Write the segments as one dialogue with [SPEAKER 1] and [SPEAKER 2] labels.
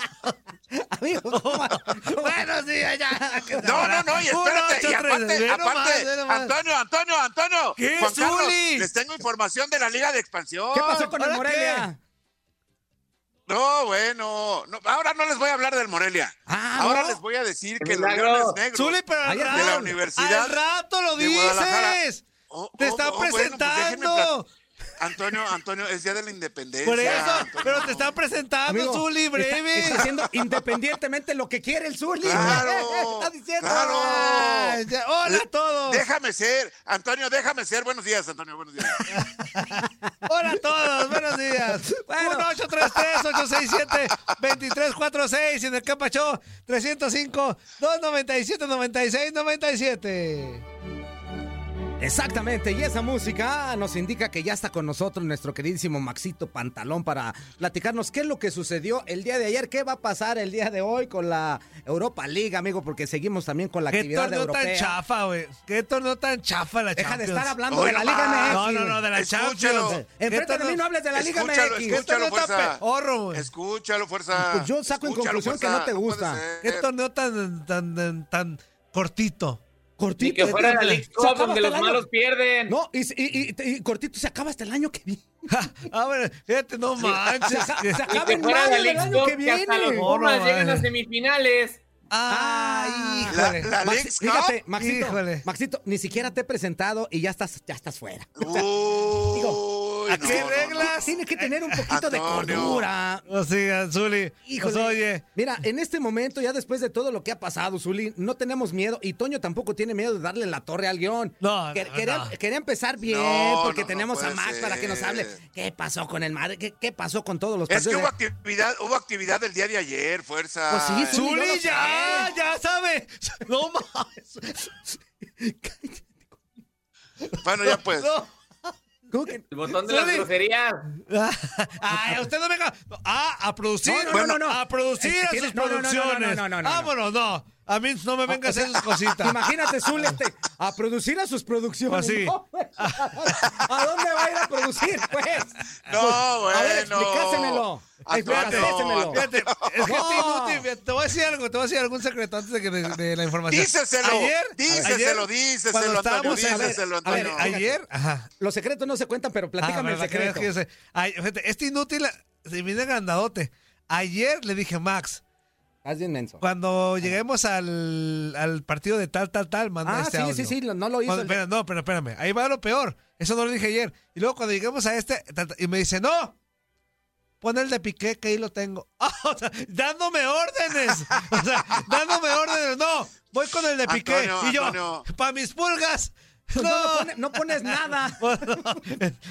[SPEAKER 1] Amigo, ¿cómo- cómo-
[SPEAKER 2] Buenos días, ya.
[SPEAKER 3] No, no, no, y
[SPEAKER 2] Un,
[SPEAKER 3] espérate,
[SPEAKER 2] ocho,
[SPEAKER 3] y
[SPEAKER 2] tres,
[SPEAKER 3] aparte,
[SPEAKER 2] ve nomás,
[SPEAKER 3] aparte,
[SPEAKER 2] ve nomás.
[SPEAKER 3] Antonio, Antonio, Antonio,
[SPEAKER 2] ¿Qué,
[SPEAKER 3] Juan Carlos,
[SPEAKER 2] Zuli?
[SPEAKER 3] les tengo información de la Liga de Expansión.
[SPEAKER 1] ¿Qué pasó con el
[SPEAKER 2] ¿ahora
[SPEAKER 1] Morelia?
[SPEAKER 3] No, bueno, no, ahora no les voy a hablar del Morelia.
[SPEAKER 1] Ah,
[SPEAKER 3] ahora
[SPEAKER 1] ¿no?
[SPEAKER 3] les voy a decir que los
[SPEAKER 4] milagro.
[SPEAKER 3] Leones Negros
[SPEAKER 2] Zuli, pero al
[SPEAKER 1] Ahí está.
[SPEAKER 2] rato,
[SPEAKER 3] de la Universidad
[SPEAKER 2] al rato lo
[SPEAKER 3] de Guadalajara.
[SPEAKER 2] dices.
[SPEAKER 3] Oh,
[SPEAKER 2] Te
[SPEAKER 3] oh,
[SPEAKER 2] está
[SPEAKER 3] oh, bueno, pues déjenme
[SPEAKER 2] presentando.
[SPEAKER 3] plat- Antonio, Antonio, es día de la Independencia.
[SPEAKER 2] Por eso,
[SPEAKER 3] Antonio.
[SPEAKER 2] pero te está presentando,
[SPEAKER 1] Amigo,
[SPEAKER 2] Zuli, breve.
[SPEAKER 1] Está haciendo independientemente lo que quiere el Zuli.
[SPEAKER 3] Claro,
[SPEAKER 1] Está diciendo.
[SPEAKER 3] claro.
[SPEAKER 2] Ah, ya, Hola a todos.
[SPEAKER 3] Déjame ser, Antonio, déjame ser. Buenos días, Antonio, buenos días.
[SPEAKER 2] Hola a todos, buenos días.
[SPEAKER 1] Bueno.
[SPEAKER 2] 1-833-867-2346 en el Capacho 305-297-9697.
[SPEAKER 1] Exactamente, y esa música nos indica que ya está con nosotros nuestro queridísimo Maxito Pantalón para platicarnos qué es lo que sucedió el día de ayer, qué va a pasar el día de hoy con la Europa League, amigo, porque seguimos también con la
[SPEAKER 2] Qué
[SPEAKER 1] actividad
[SPEAKER 2] torneo tan
[SPEAKER 1] europea.
[SPEAKER 2] chafa, güey. Qué torneo tan chafa la
[SPEAKER 1] Deja de
[SPEAKER 2] Champions.
[SPEAKER 1] estar hablando
[SPEAKER 3] Oye,
[SPEAKER 1] de la Liga
[SPEAKER 3] nomás.
[SPEAKER 1] MX.
[SPEAKER 2] No, no, no, de la
[SPEAKER 3] Escúchalo.
[SPEAKER 2] Champions. Qué
[SPEAKER 1] Enfrente de
[SPEAKER 2] torneo-
[SPEAKER 1] mí no hables de la Liga
[SPEAKER 3] Escúchalo,
[SPEAKER 1] MX.
[SPEAKER 2] Qué torneo
[SPEAKER 3] Escúchalo,
[SPEAKER 2] tan
[SPEAKER 3] fuerza.
[SPEAKER 2] pedorro, güey.
[SPEAKER 3] Escúchalo, fuerza.
[SPEAKER 1] Pues yo saco en
[SPEAKER 3] Escúchalo,
[SPEAKER 1] conclusión que no te gusta.
[SPEAKER 3] puede ser.
[SPEAKER 2] Qué torneo tan, tan, tan, tan cortito.
[SPEAKER 1] Cortito.
[SPEAKER 4] Ni que fuera la
[SPEAKER 1] entonces,
[SPEAKER 4] League
[SPEAKER 1] se
[SPEAKER 4] Cup
[SPEAKER 1] acaba
[SPEAKER 4] donde
[SPEAKER 1] hasta
[SPEAKER 4] los
[SPEAKER 1] el año.
[SPEAKER 4] malos pierden.
[SPEAKER 1] No, y, y- y- y cortito, se acaba hasta el año que viene. ah,
[SPEAKER 2] A ver, ah, fíjate, no manches. que-
[SPEAKER 1] Se
[SPEAKER 4] Ni
[SPEAKER 1] acaba
[SPEAKER 4] que
[SPEAKER 1] en
[SPEAKER 4] fuera la
[SPEAKER 1] mayo del
[SPEAKER 4] League
[SPEAKER 1] año
[SPEAKER 4] Cup
[SPEAKER 1] que
[SPEAKER 4] que hasta los
[SPEAKER 1] viene.
[SPEAKER 2] Oh, no,
[SPEAKER 4] Pumas llegan a
[SPEAKER 2] madre.
[SPEAKER 4] semifinales.
[SPEAKER 2] Ay,
[SPEAKER 1] Ah,
[SPEAKER 2] híjole.
[SPEAKER 3] La
[SPEAKER 1] Max-
[SPEAKER 3] League Cup.
[SPEAKER 1] fíjate, Maxito,
[SPEAKER 2] Híjole.
[SPEAKER 1] Maxito, ni siquiera te he presentado y ya estás, ya estás fuera.
[SPEAKER 3] Uy,
[SPEAKER 2] ¿a
[SPEAKER 3] no,
[SPEAKER 2] qué
[SPEAKER 3] no, no.
[SPEAKER 2] reglas?
[SPEAKER 1] Tiene que tener un poquito de
[SPEAKER 3] Antonio.
[SPEAKER 1] cordura.
[SPEAKER 2] No sigan, Oh, Zuli.
[SPEAKER 1] Híjole.
[SPEAKER 2] Pues, oye.
[SPEAKER 1] Mira, en este momento, ya después de todo lo que ha pasado, Zuli, no tenemos miedo y Toño tampoco tiene miedo de darle la torre al guión.
[SPEAKER 2] No,
[SPEAKER 1] Que-
[SPEAKER 2] no,
[SPEAKER 1] quería,
[SPEAKER 2] no.
[SPEAKER 1] quería empezar bien
[SPEAKER 3] No,
[SPEAKER 1] porque
[SPEAKER 3] no, no
[SPEAKER 1] tenemos a
[SPEAKER 3] puede
[SPEAKER 1] Max para que nos hable.
[SPEAKER 3] ser.
[SPEAKER 1] ¿Qué pasó con el madre? ¿Qué, qué pasó con todos los
[SPEAKER 3] Es que
[SPEAKER 1] partidos?
[SPEAKER 3] hubo actividad, hubo actividad el día de ayer, fuerza.
[SPEAKER 1] Pues sí, Zuli, yo
[SPEAKER 2] Zuli,
[SPEAKER 1] no
[SPEAKER 2] ya, ya sabe. No mames.
[SPEAKER 3] Bueno, ya pues.
[SPEAKER 2] No.
[SPEAKER 1] ¿Cómo que-
[SPEAKER 4] El botón de las
[SPEAKER 2] Zuli.
[SPEAKER 4] groserías.
[SPEAKER 2] Ay, usted no venga. Ah, a producir.
[SPEAKER 1] No, no,
[SPEAKER 3] Bueno,
[SPEAKER 1] no, no.
[SPEAKER 2] A producir
[SPEAKER 1] Es que
[SPEAKER 2] a
[SPEAKER 1] tiene-
[SPEAKER 2] sus
[SPEAKER 1] no, no, no, no, no,
[SPEAKER 2] producciones.
[SPEAKER 1] no, no, no, no.
[SPEAKER 2] Vámonos, no. A mí no me vengas a hacer sus cositas.
[SPEAKER 1] Imagínate, Zuli, este, a producir a sus producciones.
[SPEAKER 2] Pues sí.
[SPEAKER 1] No, pues, ¿A dónde va a ir a producir, pues?
[SPEAKER 3] No,
[SPEAKER 1] A ver,
[SPEAKER 3] bueno.
[SPEAKER 1] explícasemelo. Explícasemelo.
[SPEAKER 3] Antonio.
[SPEAKER 2] Fíjate, es que este
[SPEAKER 1] No.
[SPEAKER 2] inútil, fíjate, te voy a decir algo, te voy a decir algún secreto antes de que me- de la información.
[SPEAKER 3] Díceselo, díceselo, díceselo,
[SPEAKER 2] cuando
[SPEAKER 3] Antonio,
[SPEAKER 2] estábamos- a ver,
[SPEAKER 3] díceselo,
[SPEAKER 2] a ver,
[SPEAKER 3] Antonio.
[SPEAKER 2] ayer, ajá,
[SPEAKER 1] Los secretos no se cuentan, pero platícame
[SPEAKER 2] Ah,
[SPEAKER 1] el
[SPEAKER 2] ¿verdad? Que
[SPEAKER 1] secreto.
[SPEAKER 2] ves que yo sé. Ay, fíjate, este inútil se viene grandadote. Ayer le dije, Max,
[SPEAKER 1] Estás bien menso.
[SPEAKER 2] cuando lleguemos al, al partido de tal, tal, tal, manda
[SPEAKER 1] Ah,
[SPEAKER 2] este
[SPEAKER 1] sí,
[SPEAKER 2] audio.
[SPEAKER 1] sí, sí, lo- no lo hizo.
[SPEAKER 2] Cuando-
[SPEAKER 1] el-
[SPEAKER 2] espera, no, pero espérame, ahí va lo peor. Eso no lo dije ayer. Y luego cuando lleguemos a este, ta- ta- y me dice, no, pon el de Piqué, que ahí lo tengo. Ah, o sea, dándome órdenes. O sea, dándome órdenes. No, voy con el de
[SPEAKER 3] Ah,
[SPEAKER 2] Piqué.
[SPEAKER 3] Antonio,
[SPEAKER 2] y yo,
[SPEAKER 3] Antonio.
[SPEAKER 2] para mis pulgas.
[SPEAKER 1] Pues no, no pone- no pones nada.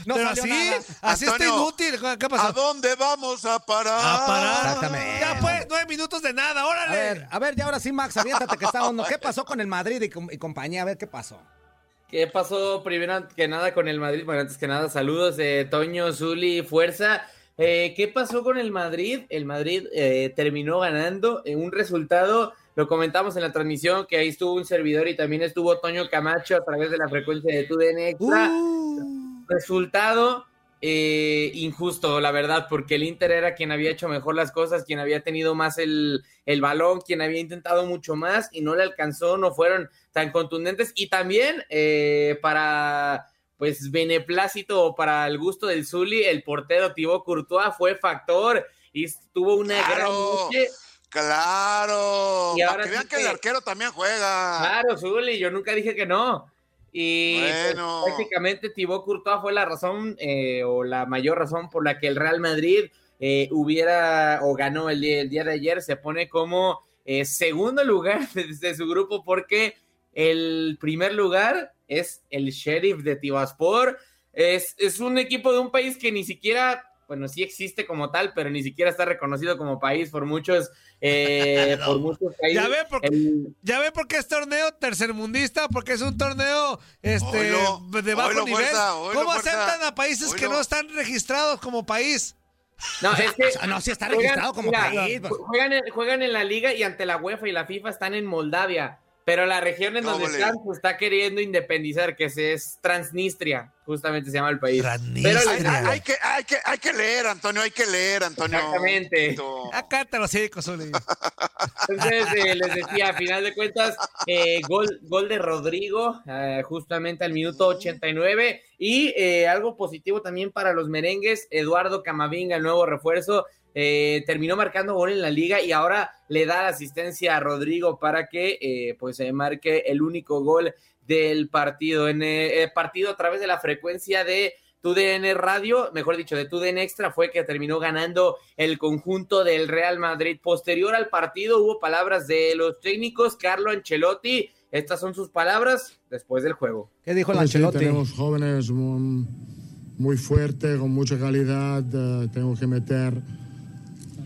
[SPEAKER 1] No
[SPEAKER 2] pero
[SPEAKER 1] salió
[SPEAKER 2] así,
[SPEAKER 1] nada.
[SPEAKER 2] así está
[SPEAKER 3] Antonio,
[SPEAKER 2] inútil. ¿Qué pasó?
[SPEAKER 3] ¿A dónde vamos a parar?
[SPEAKER 2] A parar.
[SPEAKER 1] Exactamente.
[SPEAKER 2] Ya pues, nueve minutos de nada,
[SPEAKER 1] A
[SPEAKER 2] órale.
[SPEAKER 1] ver, a ver, ya ahora sí, Max, aviéntate que está hondo. ¿Qué pasó con el Madrid y, com- y compañía? A ver, ¿qué pasó?
[SPEAKER 4] ¿Qué pasó primero que nada con el Madrid? Bueno, antes que nada, saludos de Toño, Zuli, Fuerza. Eh, ¿Qué pasó con el Madrid? El Madrid eh, terminó ganando en un resultado, lo comentamos en la transmisión, que ahí estuvo un servidor y también estuvo Toño Camacho a través de la frecuencia de TUDN Extra.
[SPEAKER 1] Uh.
[SPEAKER 4] Resultado eh, injusto, la verdad, porque el Inter era quien había hecho mejor las cosas, quien había tenido más el, el balón, quien había intentado mucho más y no le alcanzó, no fueron tan contundentes. Y también eh, para pues beneplácito o para el gusto del Zuli, el portero Thibaut Courtois fue factor y tuvo una
[SPEAKER 3] Claro.
[SPEAKER 4] gran noche.
[SPEAKER 3] Claro.
[SPEAKER 4] Y
[SPEAKER 3] Para
[SPEAKER 4] ahora
[SPEAKER 3] que
[SPEAKER 4] sí
[SPEAKER 3] vean que
[SPEAKER 4] que-
[SPEAKER 3] el arquero también juega.
[SPEAKER 4] Claro, Zuli, yo nunca dije que no. Y pues,
[SPEAKER 3] Bueno.
[SPEAKER 4] prácticamente Thibaut Courtois fue la razón eh, o la mayor razón por la que el Real Madrid eh, hubiera o ganó el día, el día de ayer. Se pone como eh, segundo lugar desde su grupo porque el primer lugar es el Sheriff de Tiraspol. Es, es un equipo de un país que ni siquiera, bueno, sí existe como tal, pero ni siquiera está reconocido como país por muchos, eh,
[SPEAKER 5] No.
[SPEAKER 4] por muchos países.
[SPEAKER 2] ve, porque-
[SPEAKER 4] El-
[SPEAKER 2] Ya ve por qué es torneo tercermundista, porque es un torneo este,
[SPEAKER 3] Oilo,
[SPEAKER 2] de bajo
[SPEAKER 3] oilo,
[SPEAKER 2] nivel.
[SPEAKER 3] fuerza, oilo,
[SPEAKER 2] ¿Cómo
[SPEAKER 3] fuerza,
[SPEAKER 2] aceptan a países que
[SPEAKER 3] oilo.
[SPEAKER 2] no están registrados como país?
[SPEAKER 4] No, es que.
[SPEAKER 1] Ah, no, sí está
[SPEAKER 4] juegan-
[SPEAKER 1] registrado como
[SPEAKER 4] mira,
[SPEAKER 1] país. pues.
[SPEAKER 4] ju- Juegan en, juegan en la liga y ante la UEFA y la FIFA están en Moldavia. Pero la región en
[SPEAKER 3] No,
[SPEAKER 4] donde
[SPEAKER 3] vale.
[SPEAKER 4] están se está queriendo independizar, que se es Transnistria, justamente se llama el país.
[SPEAKER 2] Transnistria.
[SPEAKER 4] Pero
[SPEAKER 3] Hay,
[SPEAKER 4] la-
[SPEAKER 3] hay- hay que, hay, que, hay que leer, Antonio, hay que leer, Antonio.
[SPEAKER 4] Exactamente.
[SPEAKER 1] Ah,
[SPEAKER 2] Acá te lo sigo, Zuli.
[SPEAKER 4] Entonces, eh, les decía, a final de cuentas, eh, gol, gol de Rodrigo, eh, justamente al minuto 89. Y eh, algo positivo también para los merengues, Eduardo Camavinga, el nuevo refuerzo, eh, terminó marcando gol en la liga y ahora le da la asistencia a Rodrigo para que eh, pues se marque el único gol del partido. En eh, eh, partido a través de la frecuencia de TUDN Radio, mejor dicho, de TUDN Extra, fue que terminó ganando el conjunto del Real Madrid. Posterior al partido hubo palabras de los técnicos, Carlo Ancelotti. Estas son sus palabras después del juego.
[SPEAKER 1] ¿Qué dijo el
[SPEAKER 6] Pues Sí,
[SPEAKER 1] Ancelotti?
[SPEAKER 6] tenemos jóvenes muy, muy fuertes, con mucha calidad. eh, tengo que meter. eh,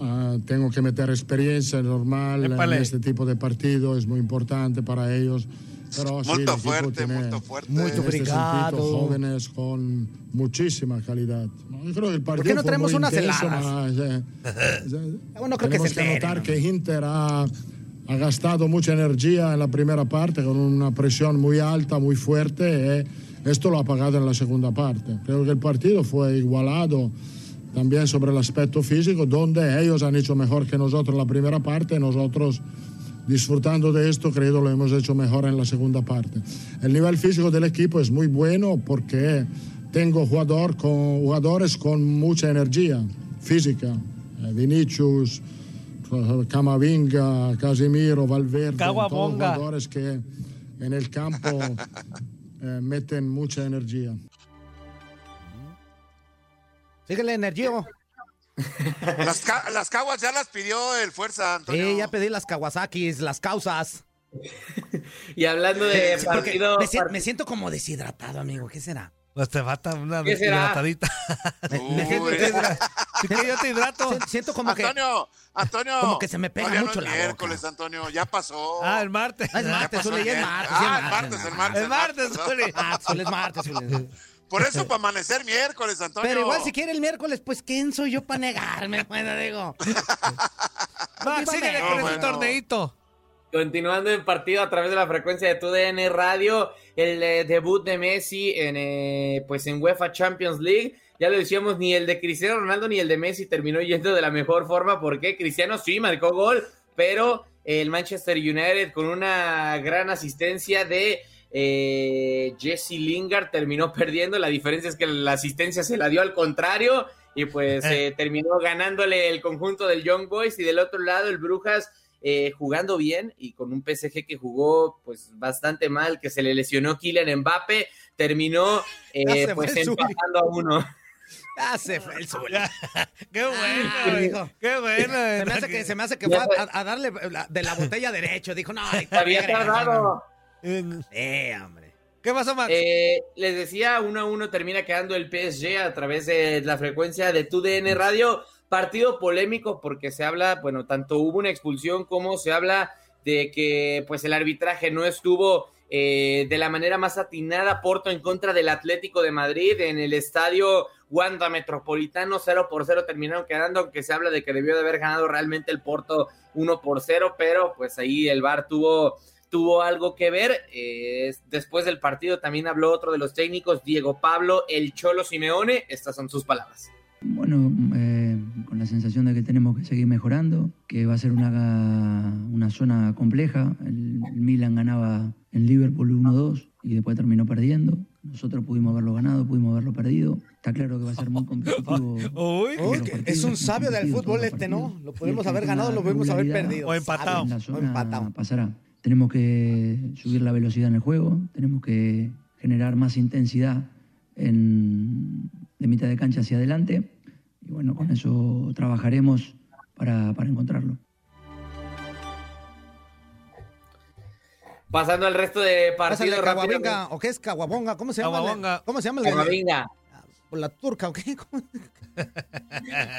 [SPEAKER 6] ah, tengo que meter experiencia normal
[SPEAKER 2] Épale.
[SPEAKER 6] en este tipo de partido, es muy importante para ellos. Pero sí,
[SPEAKER 3] Molto
[SPEAKER 6] el equipo
[SPEAKER 3] fuerte,
[SPEAKER 6] tiene
[SPEAKER 3] molto fuerte.
[SPEAKER 6] en este
[SPEAKER 1] Obrigado.
[SPEAKER 6] sentido, jóvenes con muchísima calidad. Yo creo que el partido
[SPEAKER 1] qué no
[SPEAKER 6] fue
[SPEAKER 1] tenemos
[SPEAKER 6] muy
[SPEAKER 1] unas
[SPEAKER 6] intenso,
[SPEAKER 1] heladas?
[SPEAKER 6] mas, eh, eh,
[SPEAKER 1] Ah, Bueno, creo que
[SPEAKER 6] tenemos
[SPEAKER 1] se
[SPEAKER 6] que,
[SPEAKER 1] enteren,
[SPEAKER 6] notar
[SPEAKER 1] ¿no?
[SPEAKER 6] que Inter ha, ha gastado mucha energía en la primera parte con una presión muy alta, muy fuerte. eh. esto lo ha pagado en la segunda parte. Creo que el partido fue igualado también sobre el aspecto físico, donde ellos han hecho mejor que nosotros la primera parte. Nosotros, disfrutando de esto, creo lo hemos hecho mejor en la segunda parte. El nivel físico del equipo es muy bueno porque tengo jugador con, jugadores con mucha energía física. Eh, Vinicius, Camavinga, Casimiro, Valverde, todos
[SPEAKER 2] Caguabonga.
[SPEAKER 6] jugadores que en el campo eh, meten mucha energía.
[SPEAKER 1] Síguele, Energio.
[SPEAKER 3] Las, ca- las caguas ya las pidió el Fuerza, Antonio.
[SPEAKER 1] Sí, ya pedí las Kawasakis, las causas.
[SPEAKER 4] Y hablando de
[SPEAKER 1] Sí, porque
[SPEAKER 4] Eh, partido,
[SPEAKER 1] me, si-
[SPEAKER 4] partido-
[SPEAKER 1] me siento como deshidratado, amigo. ¿Qué será?
[SPEAKER 2] Pues te falta una
[SPEAKER 4] ¿Qué será?
[SPEAKER 2] hidratadita.
[SPEAKER 1] Me- me
[SPEAKER 3] Uy.
[SPEAKER 1] siento,
[SPEAKER 2] Si quieres, yo te hidrato.
[SPEAKER 1] si- siento como que.
[SPEAKER 3] Antonio, Antonio.
[SPEAKER 1] como que se me pega
[SPEAKER 3] Todavía
[SPEAKER 1] mucho
[SPEAKER 3] no
[SPEAKER 1] la
[SPEAKER 3] es
[SPEAKER 1] boca.
[SPEAKER 3] miércoles, Antonio, ya pasó.
[SPEAKER 2] Ah, el martes.
[SPEAKER 1] Ah, es
[SPEAKER 3] Ya
[SPEAKER 1] martes,
[SPEAKER 3] pasó
[SPEAKER 1] Zuli,
[SPEAKER 3] el
[SPEAKER 1] es
[SPEAKER 3] mier-
[SPEAKER 1] martes.
[SPEAKER 3] Ah,
[SPEAKER 1] es
[SPEAKER 3] el martes, el martes.
[SPEAKER 2] El martes, Zuli.
[SPEAKER 1] Ah, Zuli, es martes, Zuli.
[SPEAKER 3] Por eso, para amanecer miércoles, Antonio.
[SPEAKER 1] Pero igual, si quiere el miércoles, pues ¿quién soy yo para negarme? Bueno, digo.
[SPEAKER 2] Va,
[SPEAKER 1] Viva
[SPEAKER 2] síguele
[SPEAKER 1] México.
[SPEAKER 2] con
[SPEAKER 3] No,
[SPEAKER 2] este
[SPEAKER 3] bueno.
[SPEAKER 2] torneito.
[SPEAKER 4] Continuando en partido a través de la frecuencia de TUDN Radio, el eh, debut de Messi en, eh, pues en UEFA Champions League. Ya lo decíamos, ni el de Cristiano Ronaldo ni el de Messi terminó yendo de la mejor forma porque Cristiano sí marcó gol, pero el Manchester United con una gran asistencia de eh, Jesse Lingard terminó perdiendo. La diferencia es que la asistencia se la dio al contrario y pues
[SPEAKER 2] Eh.
[SPEAKER 4] eh, terminó ganándole el conjunto del Young Boys y del otro lado el Brujas eh, jugando bien y con un PSG que jugó pues bastante mal, que se le lesionó Kylian Mbappe, terminó eh,
[SPEAKER 1] Ya se fue
[SPEAKER 4] pues
[SPEAKER 1] el Zuli.
[SPEAKER 4] empatando a uno.
[SPEAKER 1] Ah, se fue el Zuli.
[SPEAKER 2] Qué bueno,
[SPEAKER 1] Ah,
[SPEAKER 2] güey.
[SPEAKER 1] hijo.
[SPEAKER 2] Qué bueno.
[SPEAKER 1] Se me
[SPEAKER 2] eh.
[SPEAKER 1] hace que, se me hace que fue
[SPEAKER 4] Ya
[SPEAKER 1] a,
[SPEAKER 4] fue.
[SPEAKER 1] a- a darle la- de la botella derecho. Dijo, no, ahorita
[SPEAKER 4] Se había
[SPEAKER 1] regreso,
[SPEAKER 4] tardado.
[SPEAKER 2] Eh,
[SPEAKER 1] no. Eh, hombre.
[SPEAKER 2] ¿Qué pasó, Max?
[SPEAKER 4] Eh, les decía, 1 a 1 termina quedando el PSG a través de la frecuencia de TUDN Radio. Partido polémico porque se habla, bueno, tanto hubo una expulsión como se habla de que pues el arbitraje no estuvo eh, de la manera más atinada Porto en contra del Atlético de Madrid en el estadio Wanda Metropolitano 0 por 0 terminaron quedando, aunque se habla de que debió de haber ganado realmente el Porto 1 por 0, pero pues ahí el VAR tuvo tuvo algo que ver. Eh, después del partido también habló otro de los técnicos, Diego Pablo, el Cholo Simeone. Estas son sus palabras.
[SPEAKER 7] Bueno, eh, con la sensación de que tenemos que seguir mejorando, que va a ser una, una zona compleja. El, el Milan ganaba en Liverpool 1-2 y después terminó perdiendo. Nosotros pudimos haberlo ganado, pudimos haberlo perdido. Está claro que va a ser muy competitivo.
[SPEAKER 1] Uy,
[SPEAKER 7] todos los
[SPEAKER 1] que
[SPEAKER 7] partidos,
[SPEAKER 1] es un sabio del
[SPEAKER 7] competitivos todos
[SPEAKER 1] fútbol
[SPEAKER 7] los
[SPEAKER 1] este, ¿no?
[SPEAKER 7] partidos.
[SPEAKER 1] Lo
[SPEAKER 7] Y el
[SPEAKER 1] pudimos
[SPEAKER 7] que
[SPEAKER 1] haber
[SPEAKER 7] tenga
[SPEAKER 1] ganado, lo pudimos haber
[SPEAKER 7] regularidad,
[SPEAKER 1] perdido.
[SPEAKER 2] O
[SPEAKER 7] Ah,
[SPEAKER 2] empatado.
[SPEAKER 7] en la
[SPEAKER 1] O
[SPEAKER 7] zona
[SPEAKER 1] empatado.
[SPEAKER 7] pasará. Tenemos que subir la velocidad en el juego, tenemos que generar más intensidad en, de mitad de cancha hacia adelante. Y bueno, con eso trabajaremos para, para encontrarlo.
[SPEAKER 4] Pasando al resto de
[SPEAKER 1] Pásale
[SPEAKER 4] partidos rápido.
[SPEAKER 1] Caguabinga, ¿o qué es Caguabonga? ¿Cómo se llama?
[SPEAKER 2] Caguabonga.
[SPEAKER 1] ¿Cómo se llama? el- Ah,
[SPEAKER 4] Caguabinga.
[SPEAKER 1] ¿Por la turca, ¿o qué? ¿Cómo?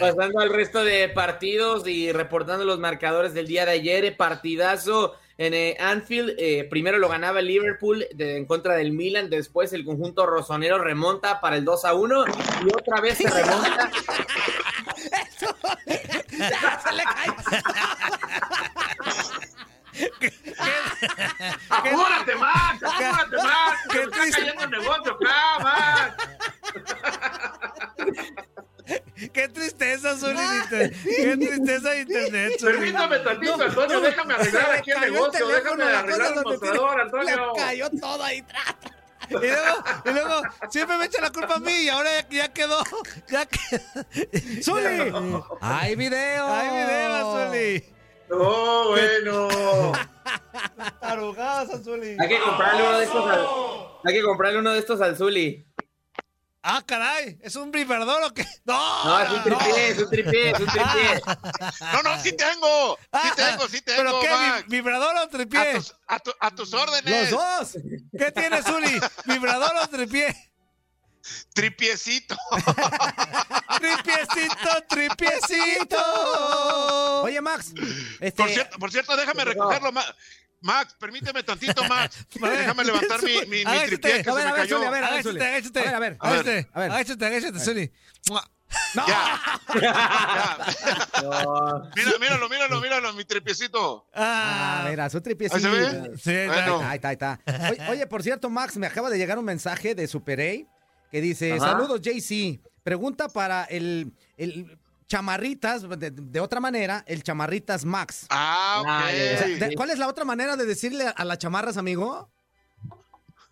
[SPEAKER 4] Pasando al resto de partidos y reportando los marcadores del día de ayer, eh, partidazo en eh, Anfield. eh, primero lo ganaba el Liverpool de- en contra del Milan, después el conjunto rosonero remonta para el 2 a 1 y otra vez se remonta.
[SPEAKER 8] ¡Apúrate, Max! ¡Apúrate, Max!
[SPEAKER 2] qué
[SPEAKER 8] ¡Que me está
[SPEAKER 2] triste.
[SPEAKER 8] cayendo el negocio acá, Max!
[SPEAKER 2] ¡Qué tristeza, Zuli! Inter- ¡Qué tristeza de internet, Zuli!
[SPEAKER 8] Permítame tantito, Antonio, déjame arreglar aquí el
[SPEAKER 1] Cayó
[SPEAKER 8] negocio,
[SPEAKER 1] teléfono,
[SPEAKER 8] déjame
[SPEAKER 1] la
[SPEAKER 8] arreglar
[SPEAKER 1] cosa
[SPEAKER 8] el
[SPEAKER 1] donde tiene-
[SPEAKER 8] mostrador, Antonio.
[SPEAKER 1] Le cayó todo ahí. tra-
[SPEAKER 2] Y luego, y luego, siempre me echa la culpa a mí y ahora ya, ya quedó. Ya quedó.
[SPEAKER 1] ¡Zuli! ¡Hay video!
[SPEAKER 2] ¡Ay, video, Zuli!
[SPEAKER 8] No, bueno.
[SPEAKER 2] ¡Arrugadas, Zuli!
[SPEAKER 4] Hay que comprarle uno de estos al, hay que comprarle uno de estos al Zuli.
[SPEAKER 2] ¡Ah, caray! ¿Es un briverdor o qué?
[SPEAKER 4] No,
[SPEAKER 2] ¡No!
[SPEAKER 4] es un tripié, es un tripié, es un tripié.
[SPEAKER 3] No, no, sí tengo. Sí tengo, sí
[SPEAKER 2] Ah, ¿Pero
[SPEAKER 3] tengo,
[SPEAKER 2] qué?
[SPEAKER 3] Max.
[SPEAKER 2] vi- ¿Vibrador o
[SPEAKER 3] A
[SPEAKER 2] tripié?
[SPEAKER 3] tus, a tu- a tus
[SPEAKER 1] ¡Los
[SPEAKER 3] órdenes.
[SPEAKER 1] dos!
[SPEAKER 2] ¿Qué tiene, Zuli? ¿Vibrador o tripié?
[SPEAKER 3] Tripiecito.
[SPEAKER 2] ¡Tripiecito, tripiecito!
[SPEAKER 1] Oye, Max. Este,
[SPEAKER 3] Por cierto, por cierto, déjame recogerlo, Ma- Max. permíteme tantito, Max.
[SPEAKER 2] Vale.
[SPEAKER 3] déjame levantar mi, mi, mi
[SPEAKER 2] Agáchate.
[SPEAKER 3] tripié que
[SPEAKER 1] a
[SPEAKER 3] se
[SPEAKER 1] ver, a
[SPEAKER 3] me
[SPEAKER 1] ver,
[SPEAKER 3] cayó.
[SPEAKER 1] Zuli, a ver, a ver, Zuli.
[SPEAKER 2] Agáchate, agáchate.
[SPEAKER 1] A ver, a ver. este,
[SPEAKER 3] A ver,
[SPEAKER 2] Agáchate,
[SPEAKER 1] a ver.
[SPEAKER 2] agáchate, agáchate, Zuli. ¡Mua!
[SPEAKER 3] Ya, ya.
[SPEAKER 4] No,
[SPEAKER 3] Mira, míralo, míralo, míralo, mi tripiecito.
[SPEAKER 2] Ah,
[SPEAKER 1] Ah, mira, su tripiecito.
[SPEAKER 3] ¿Ahí se ve?
[SPEAKER 2] Sí,
[SPEAKER 3] Bueno.
[SPEAKER 1] Ahí está, ahí está. Oye, oye, por cierto, Max, me acaba de llegar un mensaje de Super A que dice:
[SPEAKER 4] Ajá.
[SPEAKER 1] Saludos, JC. Pregunta para el, el chamarritas, de, de otra manera, el chamarritas Max.
[SPEAKER 3] Ah, ok.
[SPEAKER 4] Ah, ya,
[SPEAKER 1] O sea,
[SPEAKER 4] sí.
[SPEAKER 1] de- ¿Cuál es la otra manera de decirle a las chamarras, amigo?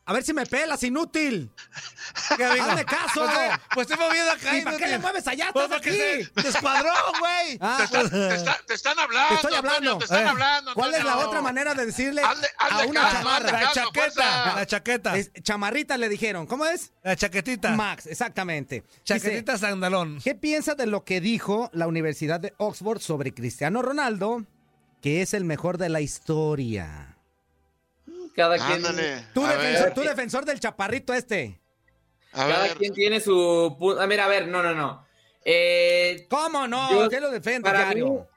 [SPEAKER 1] A ver si me pelas, inútil.
[SPEAKER 2] ¿Qué amigo?
[SPEAKER 1] Hazme caso.
[SPEAKER 2] Pues, eh, Pues estoy moviendo acá.
[SPEAKER 1] ¿Y para qué
[SPEAKER 2] inútil.
[SPEAKER 1] le mueves allá?
[SPEAKER 2] Pues
[SPEAKER 1] Estás
[SPEAKER 2] porque
[SPEAKER 1] aquí.
[SPEAKER 2] se descuadró, güey.
[SPEAKER 1] Ah,
[SPEAKER 3] Te, está- te está- te están hablando.
[SPEAKER 1] te estoy
[SPEAKER 3] Antonio,
[SPEAKER 1] hablando.
[SPEAKER 3] Ah, te están
[SPEAKER 1] Eh,
[SPEAKER 3] hablando.
[SPEAKER 1] ¿Cuál es la
[SPEAKER 3] Antonio?
[SPEAKER 1] otra manera de decirle
[SPEAKER 3] Hazle- hazle
[SPEAKER 1] a una
[SPEAKER 3] caso,
[SPEAKER 1] chamarra?
[SPEAKER 3] hazle
[SPEAKER 2] La
[SPEAKER 3] caso, pues,
[SPEAKER 2] chaqueta,
[SPEAKER 3] fuerza.
[SPEAKER 2] la chaqueta,
[SPEAKER 1] Es- chamarrita le dijeron. ¿Cómo es?
[SPEAKER 2] la chaquetita,
[SPEAKER 1] Max, exactamente. Dice,
[SPEAKER 2] chaquetita sandalón.
[SPEAKER 1] ¿Qué piensa de lo que dijo la Universidad de Oxford sobre Cristiano Ronaldo, que es el mejor de la historia?
[SPEAKER 4] cada quien,
[SPEAKER 3] Ándale.
[SPEAKER 1] Tú,
[SPEAKER 3] a
[SPEAKER 1] defensor,
[SPEAKER 3] ver,
[SPEAKER 1] tú defensor del chaparrito este.
[SPEAKER 3] a
[SPEAKER 4] cada
[SPEAKER 3] ver.
[SPEAKER 4] quien tiene su pu- Ah, mira, a ver, no, no, no. Eh,
[SPEAKER 1] ¿Cómo no?
[SPEAKER 4] Yo-
[SPEAKER 1] ¿Qué lo defiende,
[SPEAKER 4] para mí,
[SPEAKER 1] Yario?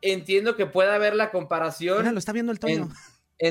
[SPEAKER 4] entiendo que pueda haber la comparación.
[SPEAKER 1] Mira, lo está viendo el Toño.
[SPEAKER 4] en-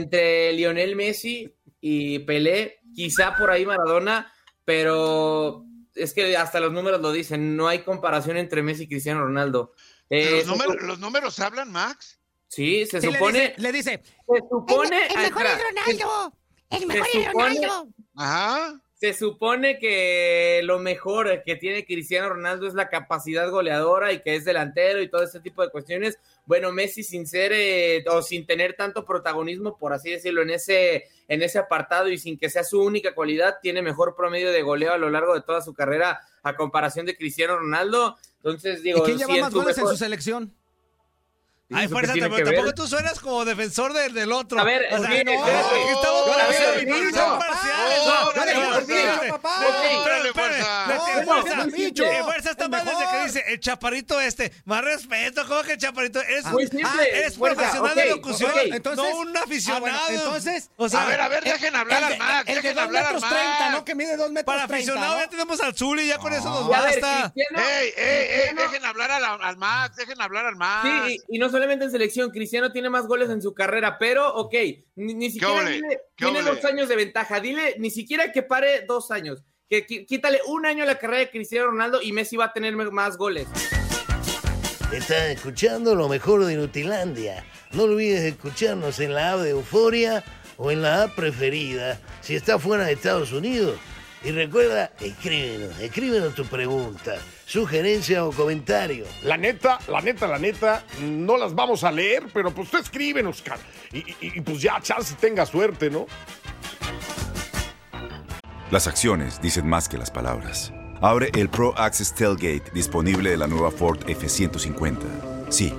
[SPEAKER 4] entre Lionel Messi y Pelé, quizá por ahí Maradona, pero es que hasta los números lo dicen, no hay comparación entre Messi y Cristiano Ronaldo. Eh,
[SPEAKER 3] ¿Los,
[SPEAKER 4] se
[SPEAKER 3] números,
[SPEAKER 4] sup-
[SPEAKER 3] ¿Los números hablan, Max?
[SPEAKER 4] sí, se
[SPEAKER 1] Sí, le
[SPEAKER 4] supone,
[SPEAKER 1] dice- le dice,
[SPEAKER 4] se supone,
[SPEAKER 9] El, el
[SPEAKER 4] ah,
[SPEAKER 9] mejor
[SPEAKER 4] espera,
[SPEAKER 9] es Ronaldo. El
[SPEAKER 4] se
[SPEAKER 9] mejor es
[SPEAKER 4] supone-
[SPEAKER 9] Ronaldo.
[SPEAKER 3] Ajá.
[SPEAKER 4] se supone que lo mejor que tiene Cristiano Ronaldo es la capacidad goleadora y que es delantero y todo ese tipo de cuestiones. Bueno, Messi sin ser eh, o sin tener tanto protagonismo, por así decirlo, en ese, en ese apartado y sin que sea su única cualidad, tiene mejor promedio de goleo a lo largo de toda su carrera a comparación de Cristiano Ronaldo. Entonces,
[SPEAKER 1] ¿y
[SPEAKER 4] digo,
[SPEAKER 1] quién lleva
[SPEAKER 4] si en
[SPEAKER 1] más
[SPEAKER 4] tu
[SPEAKER 1] goles en
[SPEAKER 4] mejor-
[SPEAKER 1] su selección?
[SPEAKER 2] Ay,
[SPEAKER 4] eso que
[SPEAKER 2] fuerza,
[SPEAKER 4] tiene
[SPEAKER 2] pero
[SPEAKER 4] que ver.
[SPEAKER 2] tampoco tú suenas como defensor del, del otro.
[SPEAKER 4] A ver,
[SPEAKER 2] O sea,
[SPEAKER 4] sí,
[SPEAKER 2] no,
[SPEAKER 4] espérate.
[SPEAKER 2] aquí estamos
[SPEAKER 4] Yo la
[SPEAKER 2] para
[SPEAKER 4] veo
[SPEAKER 2] ser-
[SPEAKER 4] venir,
[SPEAKER 2] son
[SPEAKER 4] no.
[SPEAKER 2] parciales.
[SPEAKER 3] No,
[SPEAKER 2] no, no,
[SPEAKER 3] no, no,
[SPEAKER 2] no,
[SPEAKER 3] no,
[SPEAKER 2] espérate.
[SPEAKER 1] papá.
[SPEAKER 2] Espérate,
[SPEAKER 1] Órale,
[SPEAKER 2] espérate.
[SPEAKER 1] fuerza.
[SPEAKER 2] Le tiene
[SPEAKER 1] No,
[SPEAKER 2] fuerza.
[SPEAKER 1] no, no,
[SPEAKER 2] Le
[SPEAKER 1] bicho.
[SPEAKER 2] tiene fuerza esta
[SPEAKER 1] Es
[SPEAKER 2] madre desde que
[SPEAKER 1] mejor.
[SPEAKER 2] dice el chaparrito este. Más respeto, ¿cómo que el chaparrito? Eres,
[SPEAKER 1] Ah, muy simple,
[SPEAKER 2] ah, eres
[SPEAKER 1] fuerza,
[SPEAKER 2] profesional
[SPEAKER 1] ok,
[SPEAKER 2] de locución,
[SPEAKER 1] ok. Entonces-
[SPEAKER 2] no un aficionado.
[SPEAKER 1] Ah, bueno, entonces-
[SPEAKER 2] o sea,
[SPEAKER 1] A ver, a ver,
[SPEAKER 3] dejen hablar
[SPEAKER 1] El de-
[SPEAKER 3] al Max,
[SPEAKER 1] el de
[SPEAKER 3] dejen
[SPEAKER 1] dos
[SPEAKER 3] hablar al
[SPEAKER 1] metros
[SPEAKER 3] Max.
[SPEAKER 1] treinta, ¿no? Que mide dos metros
[SPEAKER 2] para
[SPEAKER 1] treinta,
[SPEAKER 2] aficionado
[SPEAKER 1] ¿no?
[SPEAKER 2] ya tenemos al Zuli, ya con eso nos
[SPEAKER 4] Ya, a ver,
[SPEAKER 2] basta.
[SPEAKER 4] Cristiano-
[SPEAKER 3] ¡Ey, ey, ey! Dejen hablar a la- al Max, dejen hablar al Max.
[SPEAKER 4] Sí, y, y no solamente en selección, Cristiano tiene más goles en su carrera, pero ok, ni, ni siquiera
[SPEAKER 3] ole?
[SPEAKER 4] dile-
[SPEAKER 3] ¿Qué
[SPEAKER 4] tiene
[SPEAKER 3] ole?
[SPEAKER 4] dos años de ventaja, dile ni siquiera que pare dos años, que qui- quítale un año a la carrera de Cristiano Ronaldo y Messi va a tener me- más goles.
[SPEAKER 5] Estás escuchando lo mejor de Nutilandia. No olvides escucharnos en la app de Euforia o en la app preferida si estás fuera de Estados Unidos. Y recuerda, escríbenos, escríbenos tu pregunta, sugerencia o comentario.
[SPEAKER 10] La neta, la neta, la neta, no las vamos a leer, pero pues tú escríbenos, Oscar. Y, y- y pues ya, chance tenga suerte, ¿no?
[SPEAKER 11] Las acciones dicen más que las palabras. Abre el Pro Access Tailgate disponible de la nueva Ford F-150. Sí,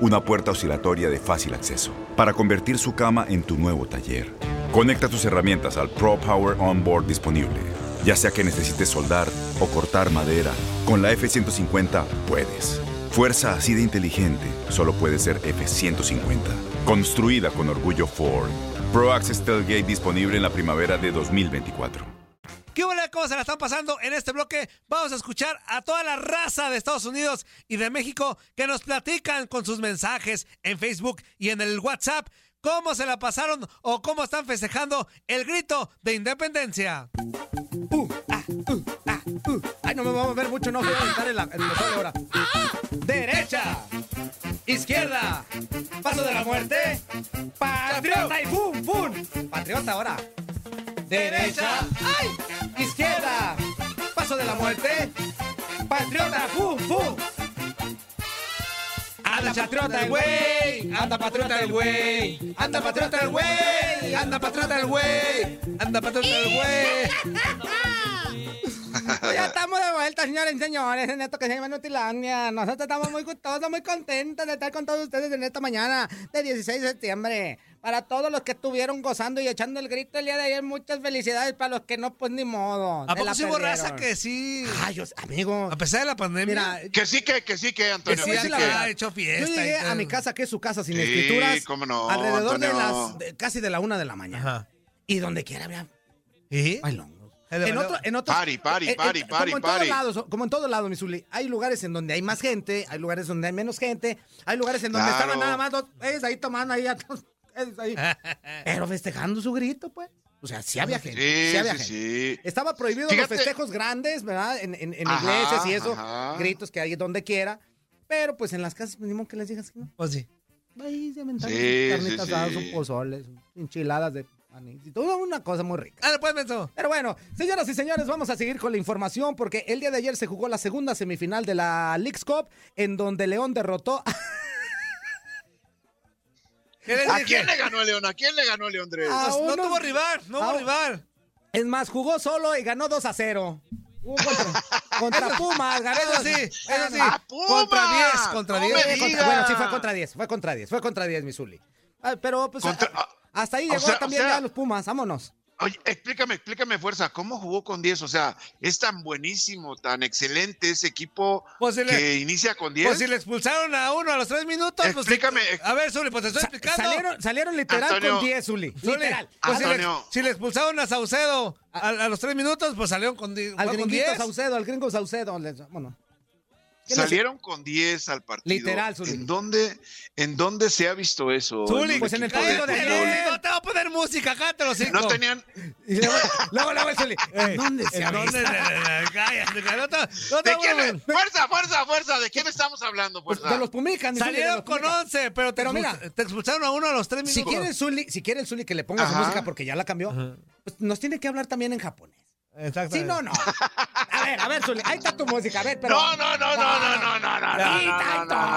[SPEAKER 11] una puerta oscilatoria de fácil acceso para convertir su cama en tu nuevo taller. Conecta tus herramientas al Pro Power Onboard disponible. Ya sea que necesites soldar o cortar madera, con la F-150 puedes. Fuerza así de inteligente solo puede ser F-150. Construida con orgullo Ford. Pro Access Tailgate disponible en la primavera de 2024.
[SPEAKER 2] ¿Qué hubo, ¿Cómo se la están pasando en este bloque? Vamos a escuchar a toda la raza de Estados Unidos y de México que nos platican con sus mensajes en Facebook y en el WhatsApp cómo se la pasaron o cómo están festejando el grito de independencia.
[SPEAKER 1] Uh, ah, Ay, no me vamos a ver mucho, no voy a aventar el, el mejor ahora. Derecha, izquierda, paso de la muerte, patriota y ¡fum, fum! Patriota ahora. Derecha, ¡ay! Izquierda, paso de la muerte, patriota, ¡fum, fum! Anda patriota el güey, anda patriota el güey, anda patriota el güey, anda patriota el güey, anda patriota el güey. Pues ya estamos de vuelta, señores y señores, en esto que se llama Nutilandia. Nosotros estamos muy gustosos, muy contentos de estar con todos ustedes en esta mañana de 16 de septiembre. Para todos los que estuvieron gozando y echando el grito el día de ayer, muchas felicidades. Para los que no, pues ni modo.
[SPEAKER 2] ¿A
[SPEAKER 1] se la
[SPEAKER 2] poco sí hubo
[SPEAKER 1] perdieron.
[SPEAKER 2] raza que sí?
[SPEAKER 1] Ay, o sea, amigo.
[SPEAKER 2] A pesar de la pandemia.
[SPEAKER 1] Mira,
[SPEAKER 3] Que sí que, que sí que,
[SPEAKER 1] Que
[SPEAKER 3] Antonio.
[SPEAKER 1] sí,
[SPEAKER 3] que sí
[SPEAKER 1] la
[SPEAKER 3] que.
[SPEAKER 1] verdad.
[SPEAKER 2] hecho
[SPEAKER 1] Yo
[SPEAKER 2] fiesta y
[SPEAKER 1] llegué
[SPEAKER 2] todo.
[SPEAKER 1] a mi casa, que es su casa sin
[SPEAKER 3] Sí,
[SPEAKER 1] escrituras,
[SPEAKER 3] cómo no,
[SPEAKER 1] alrededor de
[SPEAKER 3] Antonio.
[SPEAKER 1] las de- casi de la una de la mañana.
[SPEAKER 2] Ajá.
[SPEAKER 1] Y donde quiera había
[SPEAKER 2] ¿Y?
[SPEAKER 1] bailongos.
[SPEAKER 2] Ahí le
[SPEAKER 1] En
[SPEAKER 2] valió.
[SPEAKER 1] otro, en otros-
[SPEAKER 3] Party, party,
[SPEAKER 1] en- en-
[SPEAKER 3] party, party,
[SPEAKER 1] eh, como en todos
[SPEAKER 3] party.
[SPEAKER 1] lados, como en todos lados, mi Zuli. Hay lugares en donde hay más gente, hay lugares donde hay menos gente, hay lugares en donde
[SPEAKER 3] Claro.
[SPEAKER 1] estaban nada más dos güeyes ahí tomando ahí, a todos, güeyes ahí. pero festejando su grito, pues. O sea, sí había gente, sí,
[SPEAKER 3] Sí,
[SPEAKER 1] había
[SPEAKER 3] sí,
[SPEAKER 1] gente.
[SPEAKER 3] sí.
[SPEAKER 1] Estaba prohibido
[SPEAKER 3] Fíjate.
[SPEAKER 1] los festejos grandes, ¿verdad? En, en- en
[SPEAKER 3] Ajá,
[SPEAKER 1] iglesias y eso,
[SPEAKER 3] ajá.
[SPEAKER 1] gritos que hay donde quiera. Pero pues en las casas mismo que les digas que no.
[SPEAKER 2] Pues sí.
[SPEAKER 1] Ahí se aventan
[SPEAKER 3] Sí,
[SPEAKER 1] carnitas
[SPEAKER 3] sí, sí.
[SPEAKER 1] asadas, un pozoles, enchiladas de anís y toda una cosa muy rica.
[SPEAKER 2] Ah, pues, menso.
[SPEAKER 1] Pero bueno, señoras y señores, vamos a seguir con la información porque el día de ayer se jugó la segunda semifinal de la Leagues Cup en donde León derrotó
[SPEAKER 2] ¿Qué les
[SPEAKER 3] ¿A
[SPEAKER 2] dije?
[SPEAKER 3] quién le ganó el León? ¿A quién le ganó el León, Andrés?
[SPEAKER 1] a
[SPEAKER 2] Pues, no
[SPEAKER 1] uno.
[SPEAKER 2] tuvo rival, no
[SPEAKER 1] Ah,
[SPEAKER 2] hubo rival.
[SPEAKER 1] Es más, jugó solo y ganó 2 a 0. Jugó Contra, contra Pumas, ganó
[SPEAKER 2] Eso
[SPEAKER 1] dos- Ah,
[SPEAKER 2] sí, eso sí.
[SPEAKER 3] ¡A Pumas!
[SPEAKER 2] Contra 10, contra
[SPEAKER 3] ¡No
[SPEAKER 2] 10.
[SPEAKER 3] me
[SPEAKER 1] Contra-
[SPEAKER 3] digas!
[SPEAKER 1] bueno, sí fue contra 10, fue contra 10, fue contra 10, Misuli. Ah, Pero pues
[SPEAKER 3] Contra-
[SPEAKER 1] a- hasta ahí
[SPEAKER 3] o
[SPEAKER 1] llegó
[SPEAKER 3] sea- o
[SPEAKER 1] también
[SPEAKER 3] sea-
[SPEAKER 1] ya los Pumas, vámonos.
[SPEAKER 3] Oye, explícame, explícame, fuerza, ¿cómo jugó con 10? O sea, es tan buenísimo, tan excelente ese equipo
[SPEAKER 2] Pues, si le-
[SPEAKER 3] que inicia con 10.
[SPEAKER 2] Pues si le expulsaron a uno a los tres minutos, pues,
[SPEAKER 3] Explícame.
[SPEAKER 2] a ver, Zuli, pues te estoy explicando.
[SPEAKER 1] Salieron, salieron literal
[SPEAKER 3] Antonio.
[SPEAKER 1] con 10, Zuli.
[SPEAKER 2] Zuli,
[SPEAKER 1] Literal.
[SPEAKER 2] pues, si, le,
[SPEAKER 3] Antonio.
[SPEAKER 2] si le expulsaron a Saucedo a, a los tres minutos, pues salieron con, di-
[SPEAKER 1] Al
[SPEAKER 2] con
[SPEAKER 1] gringuito
[SPEAKER 2] 10.
[SPEAKER 1] Saucedo, al gringo Saucedo. les- Vámonos. ¿Qué les-
[SPEAKER 3] Salieron con 10 al partido.
[SPEAKER 1] Literal, Zuli.
[SPEAKER 3] ¿En dónde, ¿En dónde se ha visto eso?
[SPEAKER 2] Zuli,
[SPEAKER 3] un
[SPEAKER 1] Pues en el
[SPEAKER 3] equipo de
[SPEAKER 1] partido de
[SPEAKER 2] cállate,
[SPEAKER 3] fútbol?
[SPEAKER 1] ayer.
[SPEAKER 2] No te voy a poner música, acá te los cinco.
[SPEAKER 3] No tenían.
[SPEAKER 1] Y luego, luego, luego el Zuli. ¿En dónde se
[SPEAKER 2] ¿En
[SPEAKER 1] ha
[SPEAKER 2] dónde?
[SPEAKER 1] visto?
[SPEAKER 2] Cállate, cállate, no te- no te
[SPEAKER 3] ¿De
[SPEAKER 2] voy a
[SPEAKER 3] quién
[SPEAKER 2] poner-
[SPEAKER 3] es? Fuerza, fuerza, fuerza. ¿De quién estamos hablando,
[SPEAKER 1] Pues,
[SPEAKER 3] fuerza?
[SPEAKER 1] de los Pumicas. mi Zuli, de
[SPEAKER 2] Salieron
[SPEAKER 1] los
[SPEAKER 2] con
[SPEAKER 1] Pumicas.
[SPEAKER 2] 11, pero te,
[SPEAKER 1] Pero mira.
[SPEAKER 2] expulsa- te expulsaron a uno a los tres minutos.
[SPEAKER 1] Si quiere el Zuli, si quiere el Zuli que le ponga su
[SPEAKER 3] Ajá.
[SPEAKER 1] música porque ya la cambió, pues nos tiene que hablar también en japonés.
[SPEAKER 2] Exacto.
[SPEAKER 1] Sí, no, no. A ver, a ver, Zuli, ahí está tu música, a ver, pero.
[SPEAKER 3] No, no, no, no, no, no, no, no, no.
[SPEAKER 1] Ni